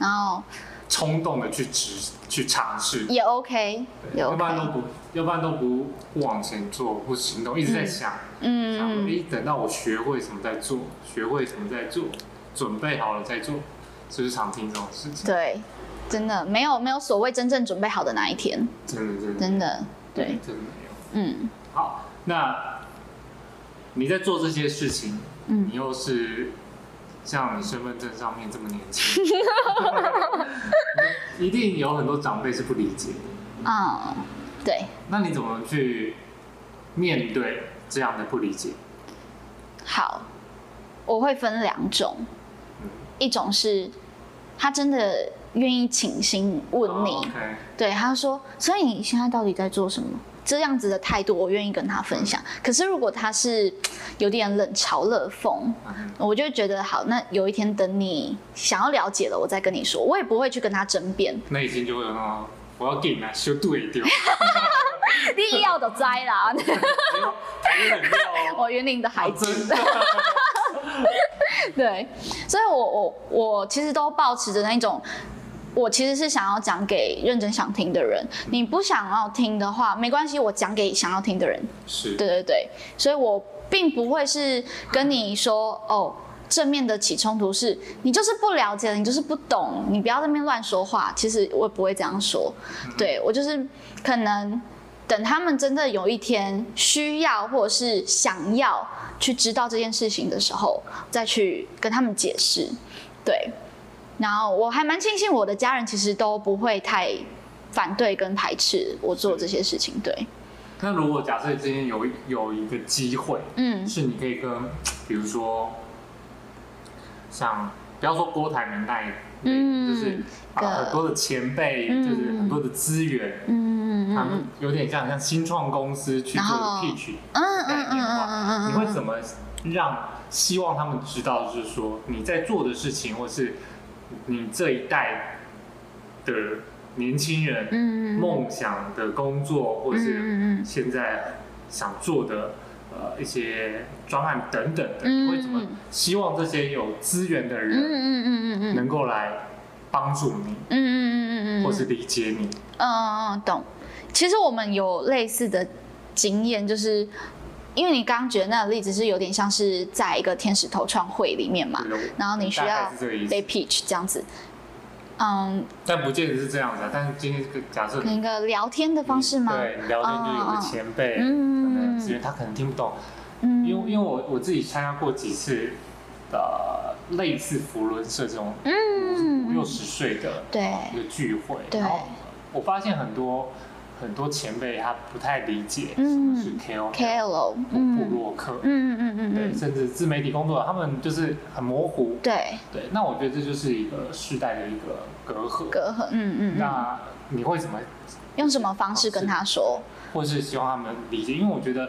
Speaker 2: 然后
Speaker 1: 冲动的去执去尝试，
Speaker 2: 也 OK，也
Speaker 1: 要
Speaker 2: OK
Speaker 1: 不。然都不，要不然都不不往前做，不行动，一直在想，想说，
Speaker 2: 嗯，嗯
Speaker 1: 诶，等到我学会什么再做，学会什么再做，准备好了再做，是不是常听这种事情？
Speaker 2: 对，真的没有没有所谓真正准备好的那一天，
Speaker 1: 真的真的
Speaker 2: 真的对，
Speaker 1: 真的没有。
Speaker 2: 嗯
Speaker 1: 好，那你在做这些事情，
Speaker 2: 嗯
Speaker 1: 你又是像你身份证上面这么年 轻，一定有很多长辈是不理解的。
Speaker 2: 啊、对。
Speaker 1: 那你怎么去面对这样的不理解？
Speaker 2: 好，我会分两种，一种是他真的愿意倾心问你，
Speaker 1: 哦，OK，
Speaker 2: 对他说，所以你现在到底在做什么？这样子的态度，我愿意跟他分享。可是如果他是有点冷嘲热讽，
Speaker 1: 嗯
Speaker 2: 我就会觉得好，那有一天等你想要了解了，我再跟你说。我也不会去跟他争辩，
Speaker 1: 内心就会有那种我要给你修对丢，
Speaker 2: 第一要的灾啦，
Speaker 1: 还是很妙哦，
Speaker 2: 我云林的孩
Speaker 1: 好
Speaker 2: 子。
Speaker 1: 真的，
Speaker 2: 对，所以我我我其实都保持着那种，我其实是想要讲给认真想听的人。你不想要听的话，没关系，我讲给想要听的人。
Speaker 1: 是，
Speaker 2: 对对对，所以我并不会是跟你说哦。正面的起冲突是你就是不了解，你就是不懂，你不要在那边乱说话。其实我也不会这样说，对我就是可能等他们真的有一天需要或者是想要去知道这件事情的时候，再去跟他们解释。对，然后我还蛮庆幸我的家人其实都不会太反对跟排斥我做这些事情。对，
Speaker 1: 那如果假设今天有有一个机会，
Speaker 2: 嗯
Speaker 1: 是你可以跟，比如说，像不要说郭台铭那一类，
Speaker 2: 嗯
Speaker 1: 就是啊
Speaker 2: 个
Speaker 1: 很多的前辈，
Speaker 2: 嗯
Speaker 1: 就是很多的资源，
Speaker 2: 嗯嗯
Speaker 1: 他
Speaker 2: 嗯
Speaker 1: 们
Speaker 2: 嗯
Speaker 1: 有点像像新创公司去
Speaker 2: 然
Speaker 1: 做
Speaker 2: 后
Speaker 1: pitch
Speaker 2: 嗯
Speaker 1: 概
Speaker 2: 嗯
Speaker 1: 念的话，
Speaker 2: 嗯
Speaker 1: 你
Speaker 2: 嗯
Speaker 1: 会
Speaker 2: 嗯，
Speaker 1: 怎么让希望他们知道，就是说你在做的事情，或是你这一代的年轻人
Speaker 2: 嗯
Speaker 1: 梦想的工作，或是
Speaker 2: 嗯嗯
Speaker 1: 现在想做的呃一些专案等等的，
Speaker 2: 嗯
Speaker 1: 你会怎么希望这些有资源的
Speaker 2: 嗯
Speaker 1: 人
Speaker 2: 嗯嗯嗯
Speaker 1: 能够来帮助你，
Speaker 2: 嗯嗯嗯
Speaker 1: 或是理解你？
Speaker 2: 嗯嗯懂。其实我们有类似的经验，就是因为你刚刚举的那个例子是有点像是在一个天使投创会里面嘛，
Speaker 1: 对
Speaker 2: 然后你需
Speaker 1: 大概
Speaker 2: 要
Speaker 1: 是这个意
Speaker 2: 被
Speaker 1: 思，
Speaker 2: pitch 这样子，嗯，
Speaker 1: 但不见得是这样子啊。但是今天这个假设你
Speaker 2: 一个聊天的方式吗？
Speaker 1: 对，聊天就有个前辈，
Speaker 2: 嗯
Speaker 1: 嗯，因为他可能听不懂，
Speaker 2: 嗯，
Speaker 1: 因为因为我我自己参加过几次的类似福伦社这种
Speaker 2: 嗯
Speaker 1: 五六十岁的
Speaker 2: 对
Speaker 1: 一个聚会，
Speaker 2: 对
Speaker 1: 然后我发现很多很多前辈他不太理解什
Speaker 2: 嗯
Speaker 1: 么是 KOL
Speaker 2: KOL，
Speaker 1: 或部
Speaker 2: 嗯
Speaker 1: 落客
Speaker 2: 嗯，嗯嗯
Speaker 1: 对，
Speaker 2: 嗯嗯，
Speaker 1: 甚至自媒体工作者，他们就是很模糊，
Speaker 2: 对，
Speaker 1: 对，那我觉得这就是一个世代的一个隔阂。
Speaker 2: 隔阂，嗯嗯嗯，
Speaker 1: 那你会怎么
Speaker 2: 用什么方式跟他说？
Speaker 1: 或是希望他们理解，因为我觉得，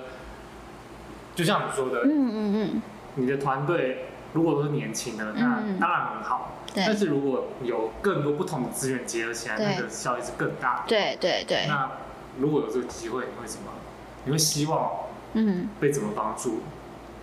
Speaker 1: 就像你说的，
Speaker 2: 嗯嗯
Speaker 1: 你的团队如果都是年轻的，那
Speaker 2: 嗯
Speaker 1: 当然很好。
Speaker 2: 嗯，
Speaker 1: 但
Speaker 2: 对
Speaker 1: 是如果有更多不同的资源结合起来，
Speaker 2: 对
Speaker 1: 那个效益是更大的。
Speaker 2: 对对对，
Speaker 1: 那如果有这个机会，你会怎么？你会希望
Speaker 2: 嗯
Speaker 1: 被怎么帮助，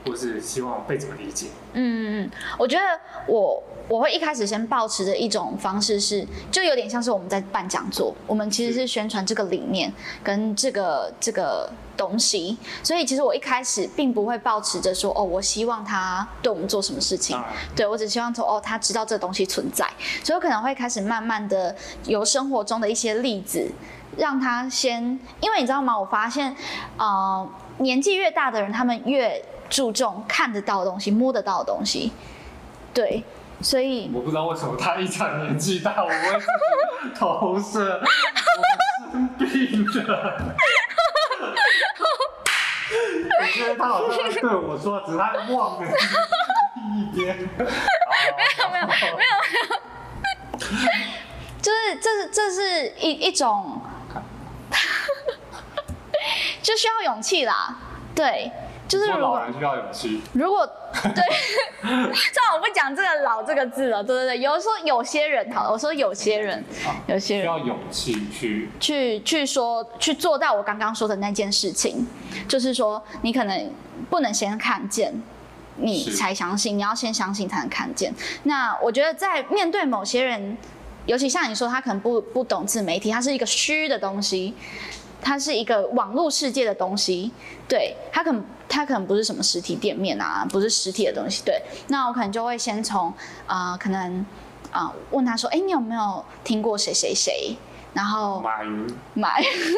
Speaker 1: 或是希望被怎么理解？
Speaker 2: 嗯嗯，嗯我觉得我我会一开始先保持着一种方式是，就有点像是我们在办讲座，我们其实是宣传这个理念跟这个这个东西，所以其实我一开始并不会保持着说哦，我希望他对我们做什么事情
Speaker 1: 当，然，
Speaker 2: 对我只希望说哦，他知道这个东西存在，所以我可能会开始慢慢的由生活中的一些例子，让他先，因为你知道吗？我发现，呃，年纪越大的人，他们越注重看得到的东西、摸得到的东西，对，所以
Speaker 1: 我不知道为什么他一场年纪大，我会自己投射，我生病了。我觉得他好像在对我说，只是他忘了一边。没有没有没有，
Speaker 2: 就是这是这是一一种， 就需要勇气啦。对，就是
Speaker 1: 你说
Speaker 2: 如果
Speaker 1: 老人需要勇气，
Speaker 2: 如果对， 虽然我不讲这个“老”这个字了，对对对，有时候有些人好了，我说有些人，有些
Speaker 1: 需
Speaker 2: 人
Speaker 1: 要勇气去
Speaker 2: 去去说去做到我刚刚说的那件事情，就是说你可能不能先看见。你
Speaker 1: 是
Speaker 2: 才相信，你要先相信才能看见。那我觉得在面对某些人，尤其像你说，他可能不不懂自媒体，它是一个虚的东西，它是一个网络世界的东西，对，它可能它可能不是什么实体店面啊，不是实体的东西，对。那我可能就会先从呃，可能啊、呃问他说，哎、你有没有听过谁谁谁？然后
Speaker 1: 马云
Speaker 2: 马云，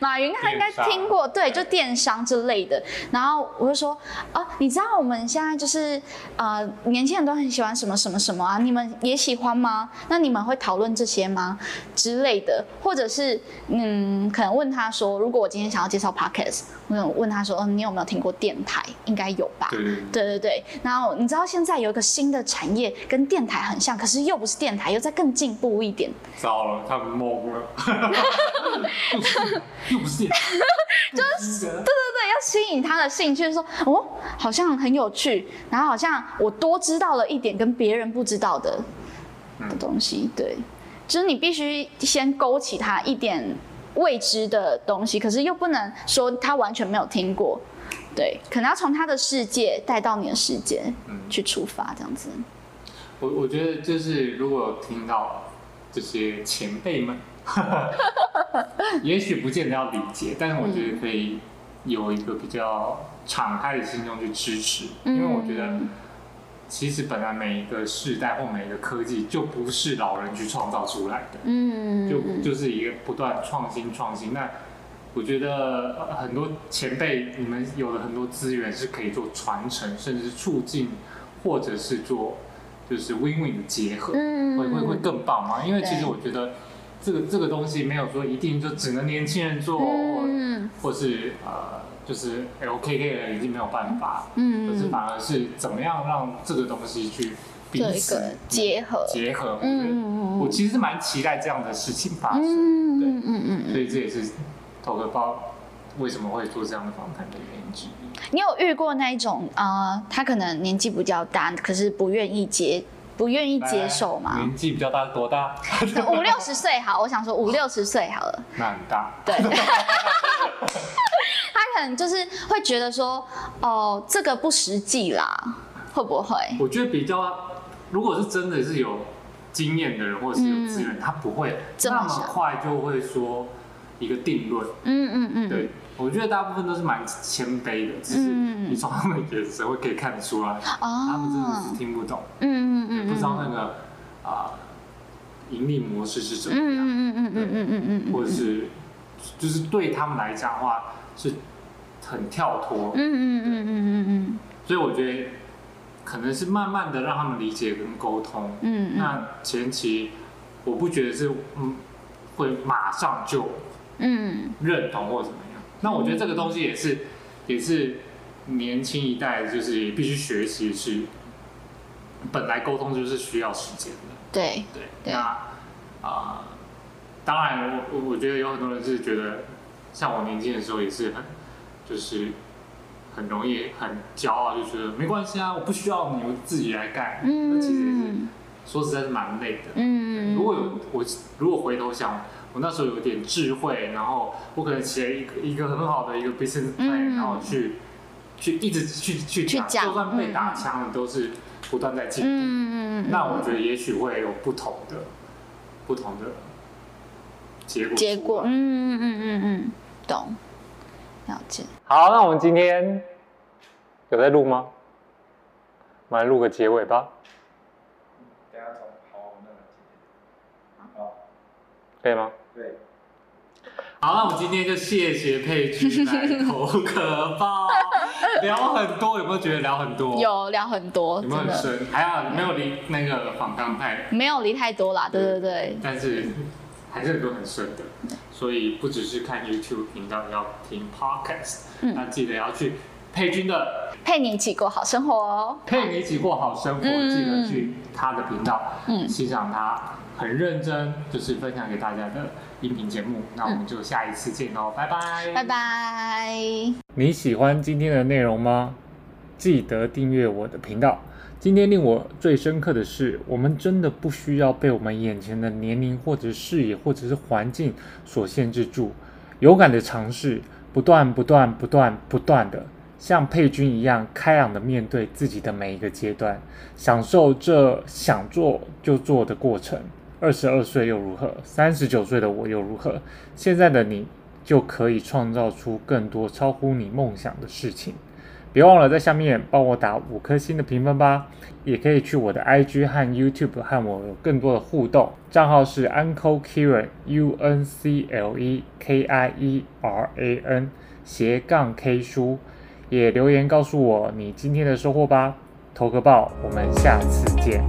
Speaker 2: 马云他应该听过，对，就电商之类的。然后我就说，啊，你知道我们现在就是呃，年轻人都很喜欢什么什么什么啊，你们也喜欢吗？那你们会讨论这些吗？之类的，或者是嗯，可能问他说，如果我今天想要介绍 podcast，我可能问他说，嗯，你有没有听过电台？应该有吧？
Speaker 1: 对对对
Speaker 2: 对对对，然后你知道现在有一个新的产业跟电台很像，可是又不是电台，又再更进步一点，
Speaker 1: 糟了，他们懵 了，又不是电视，就是
Speaker 2: 对，要吸引他的兴趣，说哦，好像很有趣，然后好像我多知道了一点跟别人不知道的的东西，对，就是你必须先勾起他一点未知的东西，可是又不能说他完全没有听过，对，可能要从他的世界带到你的世界去出发，这样子，
Speaker 1: 我我觉得就是如果有听到这些前辈们，也许不见得要理解，但是我觉得可以有一个比较敞开的心胸去支持，因为我觉得
Speaker 2: 嗯
Speaker 1: 其实本来每一个世代或每一个科技就不是老人去创造出来的，
Speaker 2: 嗯，
Speaker 1: 就就是一个不断创新创新。那我觉得呃很多前辈你们有了很多资源是可以做传承，甚至是促进，或者是做就是 win-win 的结合。
Speaker 2: 嗯
Speaker 1: 会会会更棒吗？因为其实
Speaker 2: 对
Speaker 1: 我觉得这个这个东西没有说一定就只能年轻人做，
Speaker 2: 嗯
Speaker 1: 或是呃就是 LKK 的人已经没有办法，
Speaker 2: 嗯，
Speaker 1: 可是反而是怎么样让这个东西去彼
Speaker 2: 做一个
Speaker 1: 此
Speaker 2: 结合，
Speaker 1: 结合。
Speaker 2: 嗯嗯嗯嗯
Speaker 1: 我其实蛮期待这样的事情发生，
Speaker 2: 嗯嗯嗯嗯。
Speaker 1: 所以这也是投个包为什么会做这样的访谈的原因之一。
Speaker 2: 你有遇过那一种呃，他可能年纪比较大，可是不愿意接，不愿意接受
Speaker 1: 来
Speaker 2: 吗？
Speaker 1: 年纪比较大多大？
Speaker 2: 五六十岁好，我想说五六十岁好了，
Speaker 1: 那很大。
Speaker 2: 对。他可能就是会觉得说，哦，这个不实际啦，会不会？
Speaker 1: 我觉得比较，如果是真的是有经验的人或者是有资源，他不会
Speaker 2: 嗯这么
Speaker 1: 那么
Speaker 2: 想
Speaker 1: 快就会说一个定论。
Speaker 2: 嗯嗯嗯，
Speaker 1: 对，我觉得大部分都是蛮谦卑的，只是
Speaker 2: 嗯
Speaker 1: 你从他们的眼神会可以看得出来，他们真的
Speaker 2: 哦
Speaker 1: 是，听不懂，
Speaker 2: 嗯嗯嗯，
Speaker 1: 不知道那个啊、盈利模式是怎
Speaker 2: 嗯
Speaker 1: 么样，
Speaker 2: 嗯嗯嗯嗯嗯嗯嗯，
Speaker 1: 或者是就是对他们来讲的话是很跳脱。
Speaker 2: 嗯嗯嗯嗯嗯
Speaker 1: 所以我觉得可能是慢慢的让他们理解跟沟通。
Speaker 2: 嗯嗯
Speaker 1: 那前期我不觉得是嗯会马上就
Speaker 2: 嗯
Speaker 1: 认同或怎么样。那我觉得这个东西也是也是年轻一代就是也必须学习是，本来沟通就是需要时间的，
Speaker 2: 对，
Speaker 1: 对。
Speaker 2: 对
Speaker 1: 那啊、当然我我我觉得有很多人是觉得，像我年轻的时候也是很就是。很容易很骄傲，就觉得没关系啊，我不需要你，我自己来干。那
Speaker 2: 嗯
Speaker 1: 其实也是
Speaker 2: 嗯
Speaker 1: 说实在是蛮累的。
Speaker 2: 嗯，
Speaker 1: 如果有我，如果回头想，我那时候有点智慧，然后我可能写了一个一个很好的一个 business plan，、
Speaker 2: 嗯
Speaker 1: 然后去去一直去去
Speaker 2: 去
Speaker 1: 讲，
Speaker 2: 讲嗯
Speaker 1: 就算被打枪，你都是不断在进步。
Speaker 2: 嗯嗯
Speaker 1: 那我觉得也许会有不同的不同的结果。
Speaker 2: 结果，嗯嗯嗯嗯嗯，懂，了解。
Speaker 3: 好，那我们今天有在录吗？我们来录个结尾吧，
Speaker 4: 等下从好那个好，
Speaker 3: 可以吗？
Speaker 4: 对，
Speaker 1: 好，那我们今天就谢谢佩君 来投壳吧，聊很多，有没有觉得聊很多？，
Speaker 2: 有聊很多，
Speaker 1: 有没有很
Speaker 2: 真的
Speaker 1: 深？还好没有离那个访谈派
Speaker 2: 没有离太多啦，对对对，
Speaker 1: 但是还是很多很深的，所以不只是看 YouTube 频道，要听 Podcast，、
Speaker 2: 嗯
Speaker 1: 那记得要去佩君的
Speaker 2: 陪你一起过好生活哦。
Speaker 1: 陪你一起过好生活，
Speaker 2: 嗯
Speaker 1: 记得去他的频道，
Speaker 2: 嗯
Speaker 1: 欣赏他
Speaker 5: 很认真，就是分享给大家的音频节目。那我们就下一次见喽，拜拜，
Speaker 2: 拜。拜。
Speaker 1: 你喜欢今天的内容吗？记得订阅我的频道。今天令我最深刻的是，我们真的不需要被我们眼前的年龄或者视野或者是环境所限制住，勇敢的尝试，不断不断不断不断的，像佩君一样开朗的面对自己的每一个阶段，享受这想做就做的过程。二十二岁又如何？三十九岁的我又如何？现在的你就可以创造出更多超乎你梦想的事情。别忘了在下面帮我打五颗星的评分吧，也可以去我的 IG 和 YouTube 和我有更多的互动，账号是 Uncle Kieran U N C L E K I E R A N 斜杠 K 书，也留言告诉我你今天的收获吧。投个报，我们下次见。